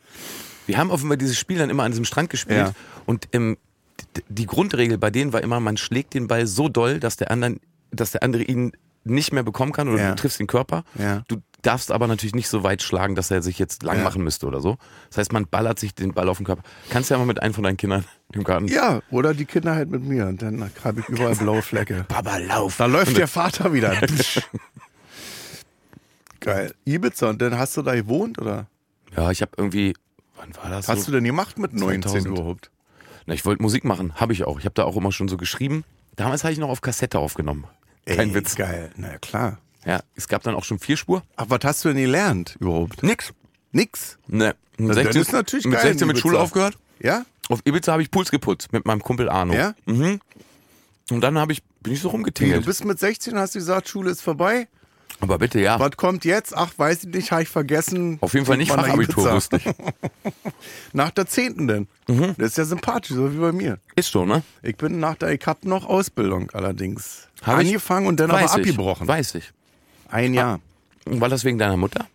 Wir haben offenbar dieses Spiel dann immer an diesem Strand gespielt
Ja.
und ähm, d- die Grundregel bei denen war immer, man schlägt den Ball so doll, dass der, anderen, dass der andere ihn nicht mehr bekommen kann oder
Ja.
du triffst den Körper.
Ja.
Du darfst aber natürlich nicht so weit schlagen, dass er sich jetzt lang
Ja.
machen müsste oder so. Das heißt, man ballert sich den Ball auf den Körper. Kannst ja mal mit einem von deinen Kindern im Garten.
Ja, oder die Kinder halt mit mir und dann habe ich überall blaue Flecke.
Baba, lauf.
Da läuft der Vater wieder. Geil. Ibiza, und dann hast du da gewohnt, oder?
Ja, ich habe irgendwie, wann war das?
Hast
so?
du denn gemacht mit 19
2000?
überhaupt?
Na, ich wollte Musik machen, habe ich auch. Ich habe da auch immer schon so geschrieben. Damals habe ich noch auf Kassette aufgenommen. Kein
Ey,
Witz.
Geil, na ja, klar.
Ja, es gab dann auch schon vier Spur.
Aber was hast du denn gelernt überhaupt?
Nix.
Nix.
Ne. Mit
Das
16,
ist natürlich
mit
geil,
16 mit
Ibiza.
Schule aufgehört.
Ja?
Auf Ibiza habe ich Puls geputzt mit meinem Kumpel Arno.
Ja?
Mhm. Und dann habe ich, bin ich so
Wie, du
rumgetingelt.
bist mit 16 und hast gesagt, Schule ist vorbei.
Aber bitte, ja.
Was kommt jetzt? Ach, weiß ich nicht, habe ich vergessen.
Auf jeden Fall nicht
Geht mal nach
Fachabitur,
Ibiza.
wusste ich.
Nach der 10. denn. Das ist ja sympathisch, so wie bei mir.
Ist schon, ne?
Ich bin nach der, ich hab noch Ausbildung allerdings.
Hab ich-
Angefangen und dann aber
Weiß ich.
abgebrochen.
Weiß ich.
Ein Jahr.
War das wegen deiner Mutter?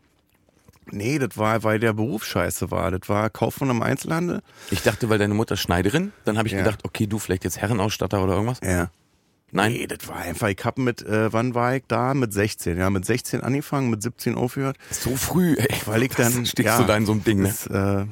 Nee, das war, weil der Beruf scheiße war. Das war Kaufmann im Einzelhandel.
Ich dachte, weil deine Mutter Schneiderin. Dann habe ich
Ja.
gedacht, okay, du vielleicht jetzt Herrenausstatter oder irgendwas.
Ja.
Nein.
Nee, das war einfach, ich hab mit, äh, wann war ich da? Mit 16. Ja, mit 16 angefangen, mit 17 aufgehört.
So früh, ey.
Weil ich
Was,
dann-
Stehst
ja.
du da in so einem Ding, ne?
Das, äh,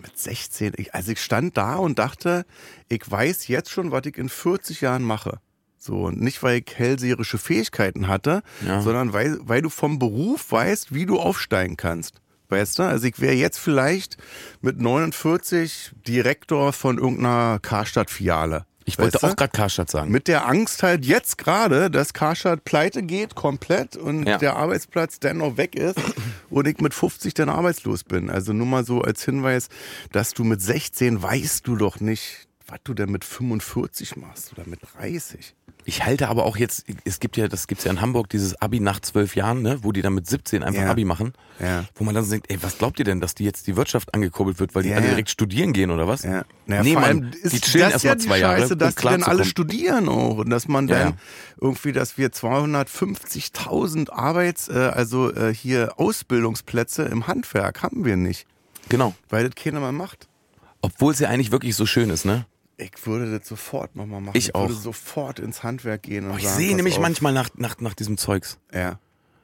mit 16, ich, also ich stand da und dachte, ich weiß jetzt schon, was ich in 40 Jahren mache. So, und nicht, weil ich hellseherische Fähigkeiten hatte,
Ja.
sondern weil, weil du vom Beruf weißt, wie du aufsteigen kannst. Weißt du? Also ich wäre jetzt vielleicht mit 49 Direktor von irgendeiner Karstadt-Filiale.
Ich wollte
Weißt du?
auch gerade Karstadt sagen.
Mit der Angst halt jetzt gerade, dass Karstadt pleite geht komplett und
Ja.
der Arbeitsplatz dann noch weg ist und ich mit 50 dann arbeitslos bin. Also nur mal so als Hinweis, dass du mit 16 weißt du doch nicht, was du denn mit 45 machst oder mit 30.
Ich halte aber auch jetzt, es gibt ja, das gibt's ja in Hamburg, dieses Abi nach zwölf Jahren, ne, wo die dann mit 17 einfach
Ja.
Abi machen.
Ja.
Wo man dann so denkt, ey, was glaubt ihr denn, dass die jetzt die Wirtschaft angekurbelt wird, weil die
Ja,
alle
ja.
direkt studieren gehen oder was?
Ja.
nee,
vor
Mann,
allem
die chillen
das ja
erstmal
die
zwei Jahre.
Scheiße,
um
dass die dann alle
klarzukommen.
studieren auch und dass man
Ja,
dann
ja.
irgendwie, dass wir 250.000 Arbeits-, äh, also äh, hier Ausbildungsplätze im Handwerk haben wir nicht,
Genau.
weil das keiner mehr macht.
Obwohl es ja eigentlich wirklich so schön ist, ne?
Ich würde das sofort nochmal machen.
Ich
würde
auch. Oh,
sofort ins Handwerk gehen. Und
Ich
sagen,
sehe
pass
nämlich
auf.
manchmal nach, nach, nach diesem Zeugs.
Ja.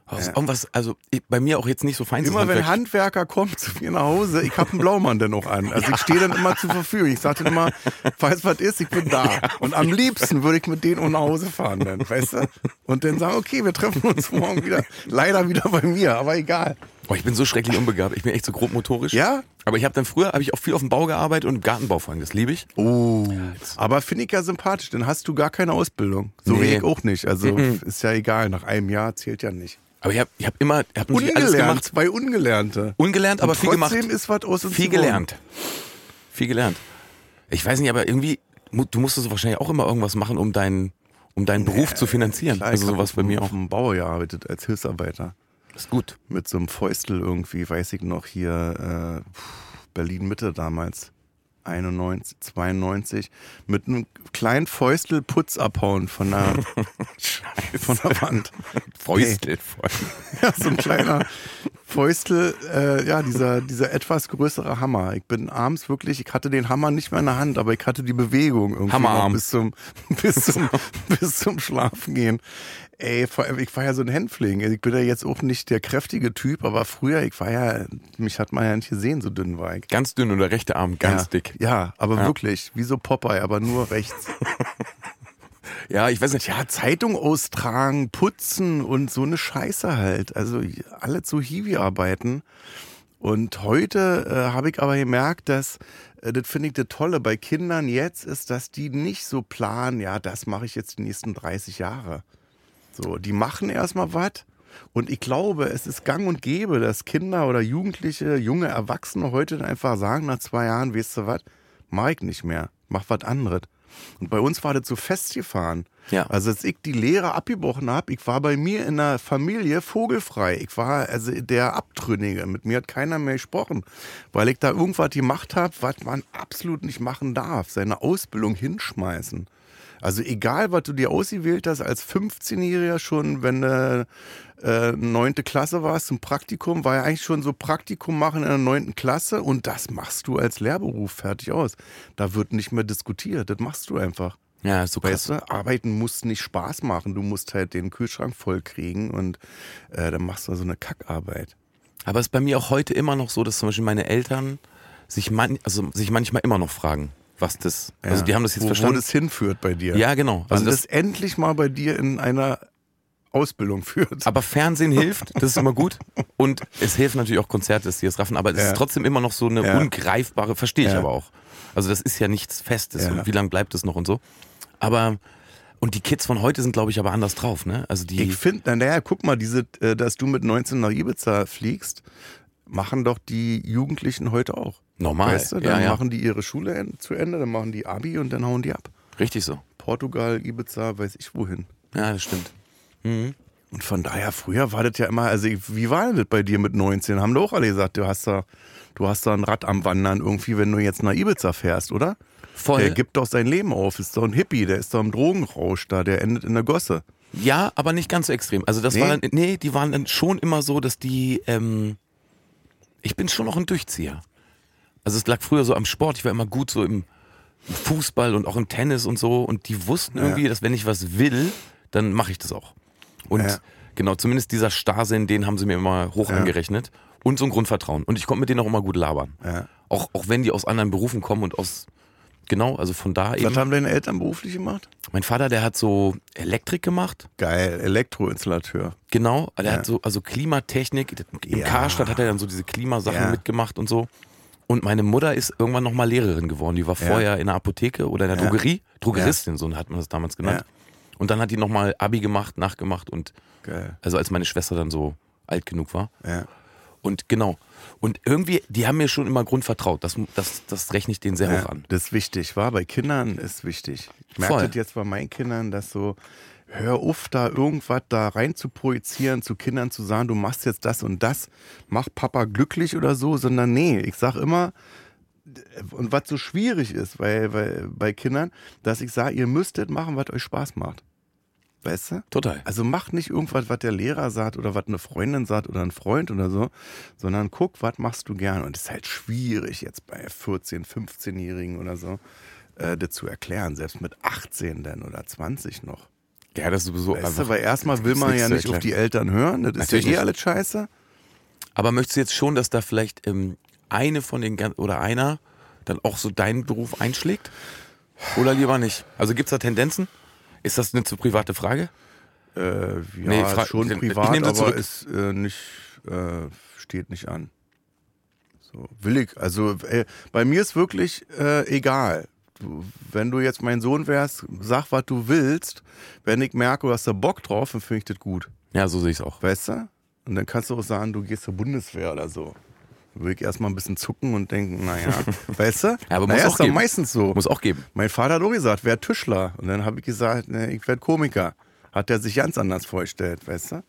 Aus Irgendwas, also ich, bei mir auch jetzt nicht so fein
Immer wenn Handwerker kommt zu mir nach Hause, ich habe einen Blaumann dann auch an. Also ich stehe dann immer zur Verfügung. Ich sage dann immer, falls was ist, ich bin da. Und am liebsten würde ich mit denen auch nach Hause fahren dann, weißt du? Und dann sagen, okay, wir treffen uns morgen wieder. Leider wieder bei mir, aber egal.
Oh, ich bin so schrecklich unbegabt. Ich bin echt so grob motorisch.
Ja?
Aber ich habe dann früher, habe ich auch viel auf dem Bau gearbeitet und im Gartenbau vor allem. Das liebe ich.
Oh. Aber finde ich ja sympathisch, dann hast du gar keine Ausbildung. So
Nee. Mhm.
wie ich auch nicht. Also ist ja egal, nach einem Jahr zählt ja nicht.
Aber ich habe ich hab immer, ich habe natürlich alles
Ungelernt,
gemacht.
zwei Ungelernte.
Ungelernt, aber viel gemacht.
Trotzdem ist was aus uns
Viel
geworden.
gelernt. Viel gelernt. Ich weiß nicht, aber irgendwie, mu- du musstest wahrscheinlich auch immer irgendwas machen, um deinen, um deinen Beruf zu finanzieren.
Klar,
also
ich hab
sowas
auf
bei
dem-
mir
auf
auch.
dem Bau gearbeitet als Hilfsarbeiter.
Ist gut.
Mit so einem Fäustel irgendwie, weiß ich noch, hier äh, Berlin-Mitte damals. 91, 92. Mit einem kleinen Fäustel Putz abhauen von der, von der Wand.
Fäustel. Fäustel.
Ja, so ein kleiner Fäustel, äh, ja, dieser, dieser etwas größere Hammer. Ich bin abends wirklich, ich hatte den Hammer nicht mehr in der Hand, aber ich hatte die Bewegung irgendwie
Hammerarm.
noch bis zum, bis zum, bis zum Schlafengehen. Ey, vor allem, ich war ja so ein Hänfling. Ich bin ja jetzt auch nicht der kräftige Typ, aber früher, ich war ja, mich hat man ja nicht gesehen, so dünn war ich.
Ganz dünn und der rechte Arm ganz
ja,
dick.
Ja, aber
Ja.
wirklich, wie so Popeye, aber nur rechts.
Ja, ich weiß nicht.
Ja, Zeitung austragen, putzen und so eine Scheiße halt. Also alle zu Hiwi-Arbeiten. Und heute äh, habe ich aber gemerkt, dass, äh, das finde ich das Tolle bei Kindern jetzt, ist, dass die nicht so planen, ja, das mache ich jetzt die nächsten 30 Jahre. So, die machen erstmal was. Und ich glaube, es ist gang und gäbe, dass Kinder oder Jugendliche, junge Erwachsene heute dann einfach sagen, nach zwei Jahren, weißt du was, mach ich nicht mehr, mach was anderes. Und bei uns war das so festgefahren.
Ja.
Also als ich die Lehre abgebrochen habe, ich war bei mir in der Familie vogelfrei. Ich war also der Abtrünnige. Mit mir hat keiner mehr gesprochen, weil ich da irgendwas gemacht habe, was man absolut nicht machen darf. Seine Ausbildung hinschmeißen. Also egal, was du dir ausgewählt hast, als 15-Jähriger schon, wenn du äh, neunte Klasse warst zum Praktikum, war ja eigentlich schon so Praktikum machen in der neunten Klasse und das machst du als Lehrberuf fertig aus. Da wird nicht mehr diskutiert, das machst du einfach.
Ja, ist so krass.
Weißt du, arbeiten muss nicht Spaß machen, du musst halt den Kühlschrank voll kriegen und äh, dann machst du so eine Kackarbeit.
Aber es ist bei mir auch heute immer noch so, dass zum Beispiel meine Eltern sich, man, also sich manchmal immer noch fragen, was das. Also
Ja.
die haben das jetzt
wo,
verstanden.
Wo das hinführt bei dir.
ja, genau.
Also
Also
Wann das,
das,
endlich mal bei dir in einer Ausbildung führt.
aber Fernsehen hilft, das ist immer gut. Und es hilft natürlich auch Konzerte, dass die es raffen, aber es
Ja.
ist trotzdem immer noch so eine
Ja.
ungreifbare, verstehe ich
Ja.
aber auch. Also das ist ja nichts Festes
Ja.
und wie lange bleibt es noch und so. Aber, und die Kids von heute sind, glaube ich, aber anders drauf, ne? Also die.
Ich finde, naja, guck mal, diese, äh, dass du mit 19 nach Ibiza fliegst, machen doch die Jugendlichen heute auch.
Normal,
Weißt du,
ja,
dann
ja.
machen die ihre Schule en- zu Ende, dann machen die Abi und dann hauen die ab.
richtig so.
Portugal, Ibiza, weiß ich wohin.
Ja, das stimmt.
Und von daher, früher war das ja immer, also ich- wie war denn das bei dir mit 19? Haben doch auch alle gesagt, du hast da, du hast da ein Rad am Wandern irgendwie, wenn du jetzt nach Ibiza fährst, oder?
Voll.
Der gibt doch sein Leben auf, ist doch ein Hippie, der ist doch im Drogenrausch da, der endet in der Gosse.
Ja, aber nicht ganz so extrem. Also das
Nee?
war dann, nee, die waren dann schon immer so, dass die, ähm, ich bin schon noch ein Durchzieher. Also es lag früher so am Sport, ich war immer gut so im Fußball und auch im Tennis und so und die wussten irgendwie, dass wenn ich was will, dann mache ich das auch. Und
Ja.
genau, zumindest dieser Starrsinn, den haben sie mir immer hoch angerechnet und so ein Grundvertrauen. Und ich konnte mit denen auch immer gut labern.
Ja.
Auch, auch wenn die aus anderen Berufen kommen und aus, genau, also von da eben.
Was haben deine Eltern beruflich gemacht?
Mein Vater, der hat so Elektrik gemacht.
Geil, Elektroinstallateur.
Genau, er hat so, also Klimatechnik, im
Ja.
Karstadt hat er dann so diese Klimasachen
Ja.
mitgemacht und so. Und meine Mutter ist irgendwann nochmal Lehrerin geworden. Die war vorher in der Apotheke oder in der
Ja.
Drogerie, Drogeristin, so hat man das damals genannt. Und dann hat die nochmal Abi gemacht, nachgemacht und
Geil.
also als meine Schwester dann so alt genug war.
Ja.
Und genau. Und irgendwie, die haben mir schon immer Grund vertraut. Das, das, das rechne ich denen sehr hoch an.
Das ist wichtig, war bei Kindern ist wichtig. Ich merke
Voll.
das jetzt bei meinen Kindern, dass so, hör auf, da irgendwas da rein zu projizieren, zu Kindern zu sagen, du machst jetzt das und das, mach Papa glücklich oder so, sondern nee, ich sag immer, und was so schwierig ist weil, weil, bei Kindern, dass ich sage, ihr müsstet machen, was euch Spaß macht. Weißt du?
Total.
Also mach nicht irgendwas, was der Lehrer sagt oder was eine Freundin sagt oder ein Freund oder so, sondern guck, was machst du gern. Und das ist halt schwierig jetzt bei 14-, 15-Jährigen oder so, äh, das zu erklären, selbst mit 18 denn oder 20 noch.
Ja, das ist sowieso
Weißt
einfach.
du, weil erstmal will
gibt's
man
nichts äh,
ja
zu
nicht auf
erklären.
die Eltern hören, das ist
Natürlich
ja eh
nicht.
alles scheiße.
Aber möchtest du jetzt schon, dass da vielleicht ähm, eine von den gan- oder einer dann auch so deinen Beruf einschlägt? Oder lieber nicht? Also gibt's da Tendenzen? Ist das eine zu private Frage?
Äh, ja,
Nee, fra-
schon
ich- ich
privat,
nehm das
aber
zurück.
es äh, nicht, äh, steht nicht an. So, willig. Also äh, bei mir ist wirklich äh, egal. Du, wenn du jetzt mein Sohn wärst, sag, was du willst. Wenn ich merke, du hast da Bock drauf, dann finde ich das gut.
Ja, so sehe ich's auch.
Weißt du? Und dann kannst du auch sagen, du gehst zur Bundeswehr oder so. Da will ich erstmal ein bisschen zucken und denken, naja, weißt du?
Ja, aber muss
naja,
auch
ist doch
geben.
meistens so.
Muss auch geben.
Mein Vater hat auch gesagt, wer Tischler. Und dann habe ich gesagt, ne, ich werde Komiker. Hat er sich ganz anders vorgestellt, weißt du?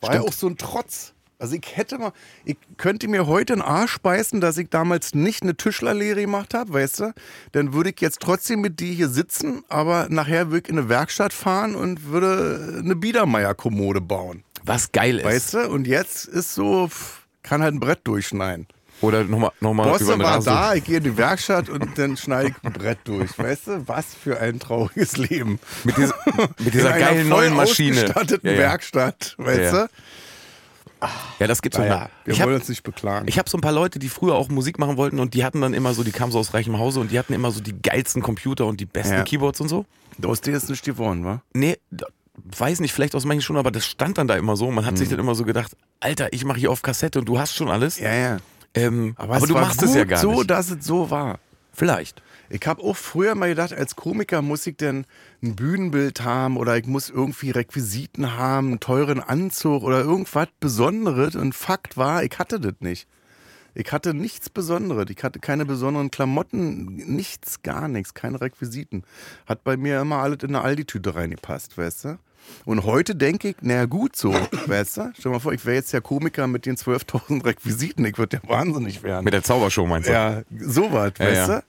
War ja auch so ein Trotz. Also ich hätte mal, ich könnte mir heute einen Arsch beißen, dass ich damals nicht eine Tischlerlehre gemacht habe, weißt du? Dann würde ich jetzt trotzdem mit dir hier sitzen, aber nachher würde ich in eine Werkstatt fahren und würde eine Biedermeier-Kommode bauen.
was geil ist.
Weißt du, und jetzt ist so, pff, kann halt ein Brett durchschneiden.
Oder nochmal noch mal über
Bosse
den
war
Rasen.
da, ich gehe in die Werkstatt und dann schneide ich ein Brett durch. Weißt du, was für ein trauriges Leben.
Mit dieser, mit dieser
in einer
geilen
voll
neuen Maschine.
ausgestatteten
Ja, ja.
Werkstatt, weißt
Ja, ja.
du?
Ah, ja, das gibt's
Naja,
nochmal.
wir
Ich hab-
wollen uns nicht beklagen.
Ich habe so ein paar Leute, die früher auch Musik machen wollten und die hatten dann immer so, die kamen so aus reichem Hause und die hatten immer so die geilsten Computer und die besten
Ja.
Keyboards und so.
Aus dir ist nicht geworden, wa?
Nee, d- weiß nicht, vielleicht aus manchen schon, aber das stand dann da immer so. Man hat sich dann immer so gedacht, Alter, ich mache hier auf Kassette und du hast schon alles.
Hm. Ja, ja.
Ähm, aber
es
du
war
machst
gut
es ja gar
so,
nicht.
dass es so war.
Vielleicht.
Ich habe auch früher mal gedacht, als Komiker muss ich denn ein Bühnenbild haben oder ich muss irgendwie Requisiten haben, einen teuren Anzug oder irgendwas Besonderes. Und Fakt war, ich hatte das nicht. Ich hatte nichts Besonderes. Ich hatte keine besonderen Klamotten, nichts, gar nichts, keine Requisiten. Hat bei mir immer alles in eine Aldi-Tüte reingepasst, weißt du? Und heute denke ich, naja, gut so, weißt du? Stell mal vor, ich wäre jetzt der Komiker mit den 12.000 Requisiten. Ich würde ja wahnsinnig werden.
Mit der Zaubershow meinst du?
Ja, sowas,
Ja,
weißt
ja.
du?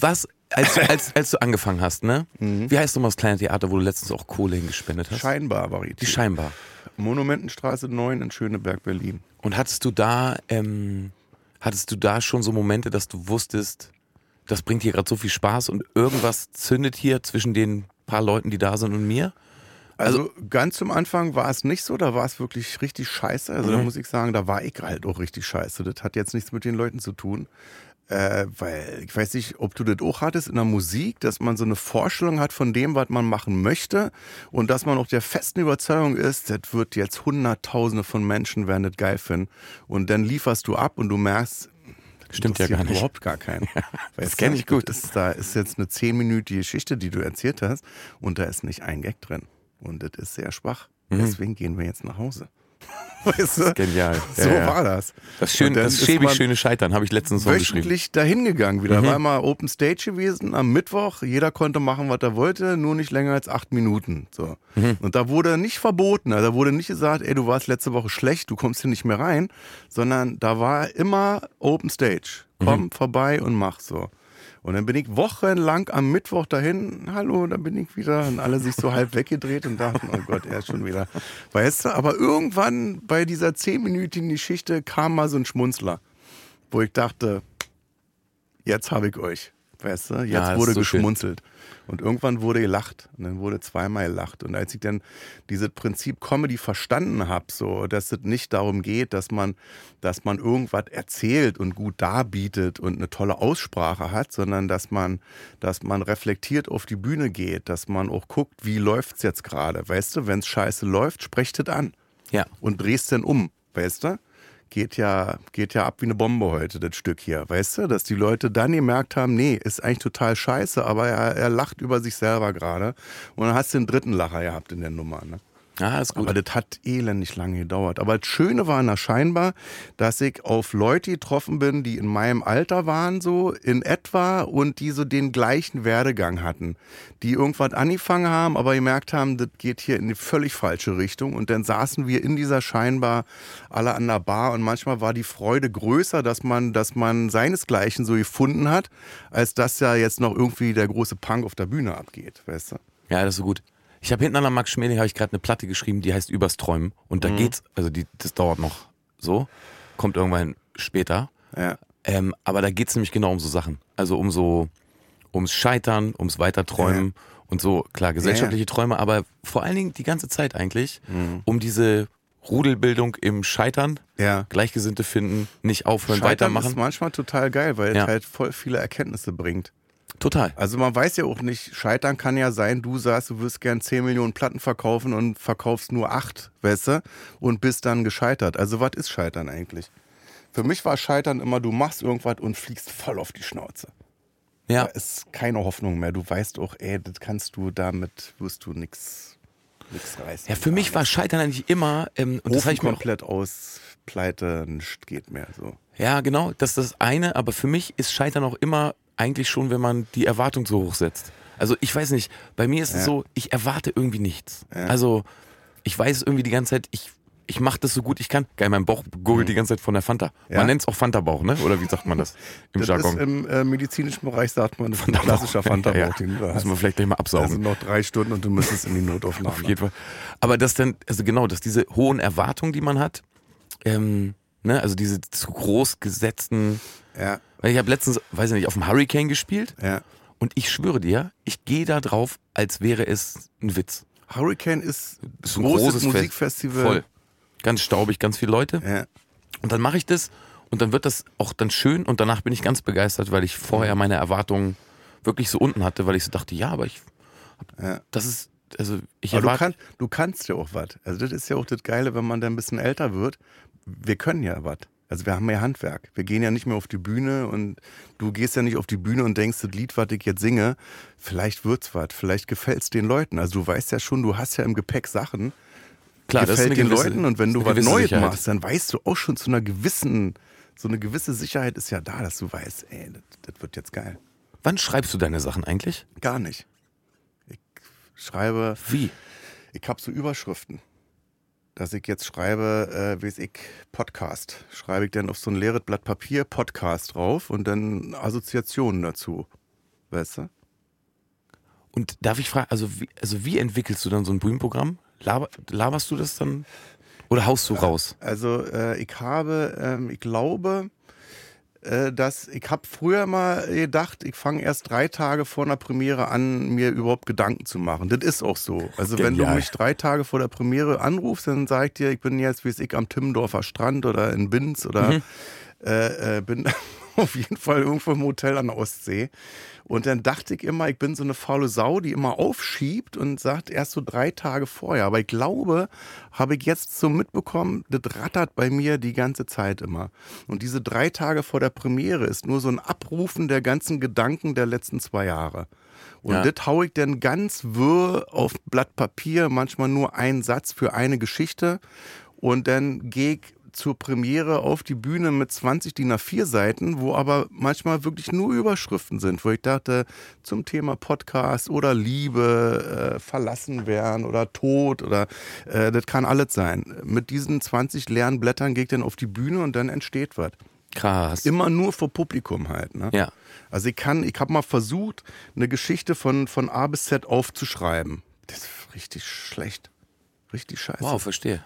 Was, als, als, als du angefangen hast, ne?
Mhm.
Wie heißt nochmal das kleine Theater, wo du letztens auch Kohle hingespendet hast?
Scheinbar Varieté.
die Scheinbar.
Monumentenstraße 9 in Schöneberg, Berlin.
Und hattest du da, ähm, hattest du da schon so Momente, dass du wusstest, das bringt hier gerade so viel Spaß und irgendwas zündet hier zwischen den paar Leuten, die da sind und mir?
Also, ganz zum Anfang war es nicht so, da war es wirklich richtig scheiße. Also
Mhm.
da muss ich sagen, da war ich halt auch richtig scheiße. Das hat jetzt nichts mit den Leuten zu tun. Äh, weil ich weiß nicht, ob du das auch hattest in der Musik, dass man so eine Vorstellung hat von dem, was man machen möchte und dass man auch der festen Überzeugung ist, das wird jetzt Hunderttausende von Menschen werden das geil finden. Und dann lieferst du ab und du merkst,
Stimmt ja
interessiert
gar nicht.
überhaupt gar keinen. Weißt
kenn
du,
ich gut.
Das ist, da ist jetzt eine zehnminütige Geschichte, die du erzählt hast, und da ist nicht ein Gag drin. Und das ist sehr schwach. Deswegen gehen wir jetzt nach Hause. Weißt du?
Genial.
So war das.
Das, schön,
Und dann
das
ist
schäbig
man
schöne Scheitern habe ich letztens so geschrieben.
wöchentlich dahin gegangen wieder. War immer Open Stage gewesen am Mittwoch. Jeder konnte machen, was er wollte, nur nicht länger als acht Minuten. So. Und da wurde nicht verboten, also da wurde nicht gesagt, ey, du warst letzte Woche schlecht, du kommst hier nicht mehr rein, sondern da war immer Open Stage. Komm vorbei und mach so. Und dann bin ich wochenlang am Mittwoch dahin, hallo, da bin ich wieder. Und alle sich so halb weggedreht und dachten, oh Gott, er ist schon wieder. Weißt du, aber irgendwann bei dieser zehnminütigen Geschichte kam mal so ein Schmunzler wo ich dachte, jetzt habe ich euch. Weißt du, jetzt
Ja, das
wurde
ist so schön.
geschmunzelt. Und irgendwann wurde gelacht. Und dann wurde zweimal gelacht. Und als ich dann dieses Prinzip Comedy verstanden habe, so, dass es nicht darum geht, dass man, dass man irgendwas erzählt und gut darbietet und eine tolle Aussprache hat, sondern dass man, dass man reflektiert auf die Bühne geht, dass man auch guckt, wie läuft's jetzt gerade. Weißt du, wenn es scheiße läuft, sprecht es an
Ja.
und drehst dann um, weißt du? Geht ja, geht ja ab wie eine Bombe heute, das Stück hier, weißt du? Dass die Leute dann gemerkt haben, nee, ist eigentlich total scheiße, aber er, er lacht über sich selber gerade. Und dann hast du den dritten Lacher gehabt in der Nummer, ne?
Ah, ist gut.
Aber das hat elendig lange gedauert. Aber das Schöne war na scheinbar, dass ich auf Leute getroffen bin, die in meinem Alter waren, so in etwa, und die so den gleichen Werdegang hatten. Die irgendwann angefangen haben, aber gemerkt haben, das geht hier in die völlig falsche Richtung. Und dann saßen wir in dieser scheinbar alle an der Bar und manchmal war die Freude größer, dass man, dass man seinesgleichen so gefunden hat, als dass ja jetzt noch irgendwie der große Punk auf der Bühne abgeht, weißt du?
Ja, das ist so gut. Ich habe hinten an der Max Schmeling habe ich gerade eine Platte geschrieben, die heißt Übers Träumen und da
Mhm.
geht's, also die, das dauert noch so, kommt irgendwann später.
Ja.
Ähm, aber da geht's nämlich genau um so Sachen. Also um so, ums Scheitern, ums Weiterträumen und so, klar, gesellschaftliche Träume, aber vor allen Dingen die ganze Zeit eigentlich,
Mhm.
um diese Rudelbildung im Scheitern,
Ja.
Gleichgesinnte finden, nicht aufhören,
Scheitern ist
weitermachen.
manchmal total geil, weil
Ja.
es halt voll viele Erkenntnisse bringt.
Total.
Also man weiß ja auch nicht, Scheitern kann ja sein, du sagst, du wirst gern 10 Millionen Platten verkaufen und verkaufst nur 8, weißt du, und bist dann gescheitert. Also was ist Scheitern eigentlich? Für mich war Scheitern immer, du machst irgendwas und fliegst voll auf die Schnauze.
Ja.
Da ist keine Hoffnung mehr. Du weißt auch, ey, das kannst du, damit wirst du nichts nix reißen.
Ja, für mich war Scheitern eigentlich immer, ähm, und das
das
habe ich mir auch
komplett aus, pleite, nichts geht mehr. So.
Ja, genau, das ist das eine, aber für mich ist Scheitern auch immer eigentlich schon, wenn man die Erwartung so hoch setzt. Also ich weiß nicht, bei mir ist es so, ich erwarte irgendwie nichts. Also ich weiß irgendwie die ganze Zeit, ich ich mache das so gut ich kann. Geil, mein Bauch gurgelt die ganze Zeit von der Fanta.
Mhm. Ja.
Man nennt es auch Fanta-Bauch, ne? Oder wie sagt man das im
Das
Jargon?
ist im äh, medizinischen Bereich, sagt man, das ist ein
Fanta-Bauch.
klassischer fanta
Ja, ja.
den du hast.
Müssen wir vielleicht gleich mal absaugen.
Also noch drei Stunden und du müsstest in die Notaufnahme.
Auf jeden Fall. Aber das dann, also genau, dass diese hohen Erwartungen, die man hat, ähm, ne, also diese zu groß gesetzten.
Ja,
Ich habe letztens, weiß ich nicht, auf dem Hurricane gespielt
ja.
und ich schwöre dir, ich gehe da drauf, als wäre es ein Witz.
Hurricane ist,
Ist ein
großes,
großes Fest.
Musikfestival.
Voll. Ganz staubig, ganz viele Leute.
Ja.
Und dann mache ich das und dann wird das auch dann schön und danach bin ich ganz begeistert, weil ich vorher meine Erwartungen wirklich so unten hatte, weil ich so dachte, ja, aber ich,
Ja.
das ist, also ich
Aber du,
erwarte,
kann, du kannst ja auch was. Also das ist ja auch das Geile, wenn man dann ein bisschen älter wird. Wir können ja was. Also wir haben ja Handwerk. Wir gehen ja nicht mehr auf die Bühne und du gehst ja nicht auf die Bühne und denkst, das Lied, was ich jetzt singe, vielleicht wird's was, vielleicht gefällt's den Leuten. Also du weißt ja schon, du hast ja im Gepäck Sachen,
klar, das ist
gefällt
eine
den
gewisse,
Leuten und wenn
ist
du
eine
was
gewisse
Neues
Sicherheit.
machst, dann weißt du auch schon zu einer gewissen, so eine gewisse Sicherheit ist ja da, dass du weißt, ey, das, das wird jetzt geil.
Wann schreibst du deine Sachen eigentlich?
Gar nicht. Ich schreibe
Wie?
Ich habe so Überschriften, dass ich jetzt schreibe, äh, weiß ich, Podcast. Schreibe ich dann auf so ein leeres Blatt Papier Podcast drauf und dann Assoziationen dazu. Weißt du?
Und darf ich fragen, also wie, also wie entwickelst du dann so ein Bühnenprogramm? Laber, laberst du das dann? Oder haust du raus?
Also äh, ich habe, ähm, ich glaube, äh, dass ich habe früher mal gedacht, ich fange erst drei Tage vor einer Premiere an, mir überhaupt Gedanken zu machen. Das ist auch so. Also wenn du
Genial.
mich drei Tage vor der Premiere anrufst, dann sag ich dir, ich bin jetzt, wie es ich, am Timmendorfer Strand oder in Binz oder äh, äh, bin auf jeden Fall irgendwo im Hotel an der Ostsee. Und dann dachte ich immer, ich bin so eine faule Sau, die immer aufschiebt und sagt erst so drei Tage vorher. Aber ich glaube, habe ich jetzt so mitbekommen, das rattert bei mir die ganze Zeit immer. Und diese drei Tage vor der Premiere ist nur so ein Abrufen der ganzen Gedanken der letzten zwei Jahre. Und
Ja.
das hau ich dann ganz wirr auf Blatt Papier, manchmal nur einen Satz für eine Geschichte. Und dann gehe ich zur Premiere auf die Bühne mit 20 DIN A4 Seiten, wo aber manchmal wirklich nur Überschriften sind, wo ich dachte, zum Thema Podcast oder Liebe, äh, verlassen werden oder Tod oder äh, das kann alles sein. Mit diesen 20 leeren Blättern gehe ich dann auf die Bühne und dann entsteht was.
Krass.
Immer nur vor Publikum halt. Ne?
Ja.
Also ich kann, ich habe mal versucht, eine Geschichte von, von A bis Z aufzuschreiben. Das ist richtig schlecht. Richtig scheiße.
Wow, verstehe.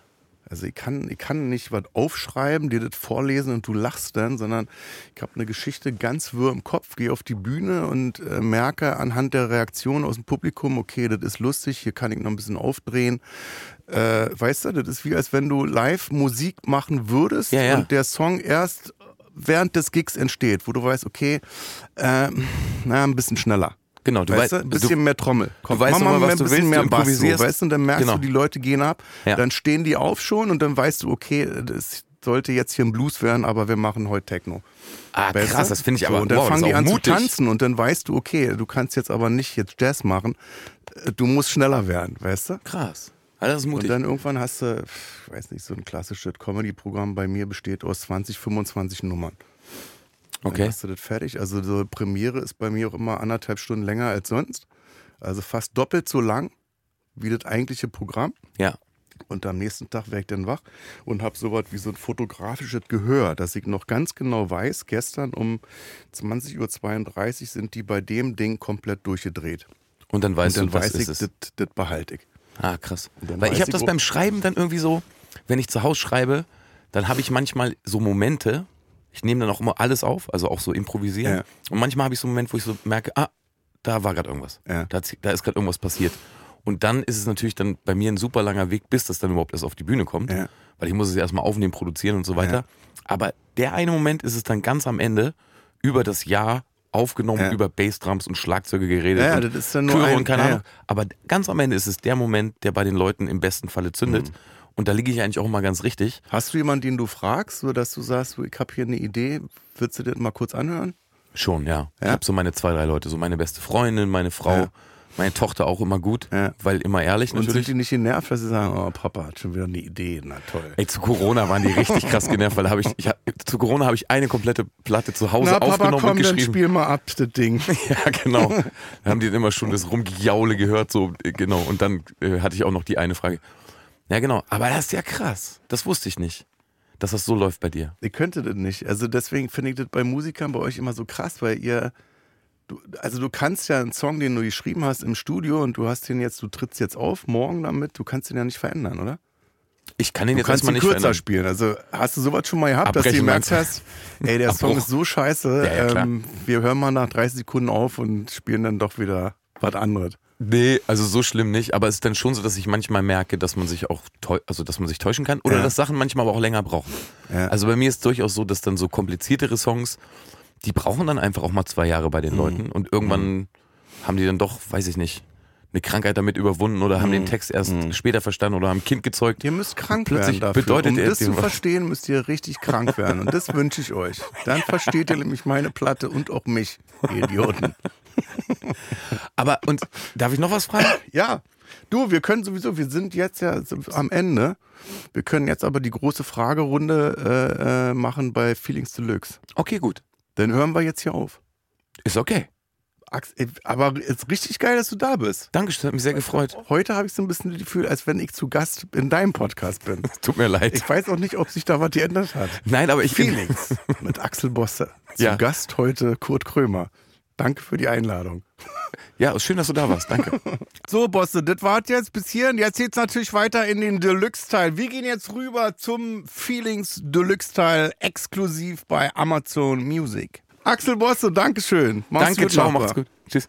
Also ich kann, ich kann nicht was aufschreiben, dir das vorlesen und du lachst dann, sondern ich habe eine Geschichte ganz wirr im Kopf, gehe auf die Bühne und äh, merke anhand der Reaktion aus dem Publikum, okay, das ist lustig, hier kann ich noch ein bisschen aufdrehen. Äh, weißt du, das ist wie als wenn du live Musik machen würdest
Ja, ja.
und der Song erst während des Gigs entsteht, wo du weißt, okay, äh, na, ein bisschen schneller.
Genau, du
weißt
wei-
du, ein bisschen
du-
mehr Trommel. Komm,
weißt
mach
immer,
mal
was
ein
du
bisschen
willst,
mehr
du
Bass so,
improvisierst.
weißt du, und dann merkst
Genau.
du, die Leute gehen ab,
Ja.
dann stehen die auf schon und dann weißt du, okay, das sollte jetzt hier ein Blues werden, aber wir machen heute Techno.
Ah,
Weißt
krass,
du?
das finde ich
So,
aber
Und dann
wow, das
fangen
ist
die
auch
an
mutig.
zu tanzen und dann weißt du, okay, du kannst jetzt aber nicht jetzt Jazz machen, du musst schneller werden, weißt du?
Krass. Ah, das ist
Und
mutig.
dann irgendwann hast du, pf, ich weiß nicht, so ein klassisches Comedy-Programm bei mir besteht aus 20, 25 Nummern. Dann
okay.
hast du das fertig. Also so Premiere ist bei mir auch immer anderthalb Stunden länger als sonst. Also fast doppelt so lang wie das eigentliche Programm.
Ja.
Und am nächsten Tag wäre ich dann wach und habe sowas wie so ein fotografisches Gehör, dass ich noch ganz genau weiß, gestern um 20.32 Uhr sind die bei dem Ding komplett durchgedreht.
Und dann
Und
weißt
dann
du, das
weiß ich,
ist es.
das das behalte ich.
Ah, krass.
dann
Weil
weiß
ich habe
ich,
das
wo-
beim Schreiben dann irgendwie so, wenn ich zu Hause schreibe, dann habe ich manchmal so Momente, ich nehme dann auch immer alles auf, also auch so improvisieren.
Ja.
Und manchmal habe ich so einen Moment, wo ich so merke, ah, da war gerade irgendwas.
Ja.
Da, hat's- da ist gerade irgendwas passiert. Und dann ist es natürlich dann bei mir ein super langer Weg, bis das dann überhaupt erst auf die Bühne kommt.
Ja.
Weil ich muss es ja erstmal aufnehmen, produzieren und so weiter.
Ja.
Aber der eine Moment ist es dann ganz am Ende über das Jahr aufgenommen,
Ja.
über Bassdrums und Schlagzeuge geredet.
Ja,
und
das ist dann nur
Chöre
ein-
und keine
ja,
Ahnung.
ja.
Aber ganz am Ende ist es der Moment, der bei den Leuten im besten Falle
Mhm.
zündet. Und da liege ich eigentlich auch immer ganz richtig.
Hast du jemanden, den du fragst, so dass du sagst, so, ich habe hier eine Idee, willst du das mal kurz anhören?
Schon, ja. Ich
Ja?
habe so meine zwei, drei Leute. So meine beste Freundin, meine Frau,
Ja.
meine Tochter auch immer gut,
Ja.
weil immer ehrlich
Und sind
natürlich.
die nicht genervt, dass sie sagen, oh Papa hat schon wieder eine Idee, na toll.
Ey, zu Corona waren die richtig krass genervt, weil habe ich, ich hab, zu Corona habe ich eine komplette Platte zu Hause
Na Papa,
aufgenommen
komm,
und
dann
geschrieben.
spiel mal ab, das Ding.
Ja, genau. Dann haben die dann immer schon das Rumgejaule gehört, so, äh, genau. Und dann äh, hatte ich auch noch die eine Frage. Ja, genau. Aber das ist ja krass. Das wusste ich nicht, dass das so läuft bei dir.
Ihr könntet das nicht. Also deswegen finde ich das bei Musikern bei euch immer so krass, weil ihr, du, also du kannst ja einen Song, den du geschrieben hast im Studio und du hast den jetzt, du trittst jetzt auf morgen damit, du kannst den ja nicht verändern, oder?
Ich kann den
Du
jetzt
kannst
erstmal
ihn
nicht
kürzer
verändern.
spielen. Also hast du sowas schon mal gehabt, dass du
Abbrechen,
gemerkt hast,
meinst
ey, der Song
Abbruch.
ist so scheiße,
Ja, ja, klar.
ähm, wir hören mal nach 30 Sekunden auf und spielen dann doch wieder was anderes.
Nee, also so schlimm nicht, aber es ist dann schon so, dass ich manchmal merke, dass man sich auch täu- also dass man sich täuschen kann oder
Ja.
dass Sachen manchmal aber auch länger brauchen.
Ja.
Also bei mir ist durchaus so, dass dann so kompliziertere Songs, die brauchen dann einfach auch mal zwei Jahre bei den Leuten und irgendwann haben die dann doch, weiß ich nicht, eine Krankheit damit überwunden oder haben den Text erst später verstanden oder haben ein Kind gezeugt.
Ihr müsst krank
Plötzlich
werden dafür.
bedeutet
um
er
das zu
irgendwas.
verstehen, müsst ihr richtig krank werden. Und das wünsche ich euch. Dann versteht ihr nämlich meine Platte und auch mich, ihr Idioten.
Aber und darf ich noch was fragen?
Ja, du, wir können sowieso, wir sind jetzt ja so am Ende. Wir können jetzt aber die große Fragerunde äh, äh, machen bei Feelings Deluxe.
Okay, gut.
Dann hören wir jetzt hier auf.
Ist okay.
Ax- ey, Aber ist richtig geil, dass du da bist.
Dankeschön, hat mich sehr gefreut.
Heute habe ich so ein bisschen das Gefühl, als wenn ich zu Gast in deinem Podcast bin.
Tut mir leid.
Ich weiß auch nicht, ob sich da was geändert hat.
Nein, aber ich
Feelings mit Axel Bosse. Zu
Ja.
Gast heute Kurt Krömer. Danke für die Einladung.
Ja, schön, dass du da warst. Danke.
So, Bosse, das war's jetzt bis hierhin. Jetzt geht's natürlich weiter in den Deluxe-Teil. Wir gehen jetzt rüber zum Feelings Deluxe-Teil exklusiv bei Amazon Music. Axel Bosse, Dankeschön. Mach's
Danke, ciao,
Nachbar.
macht's gut. Tschüss.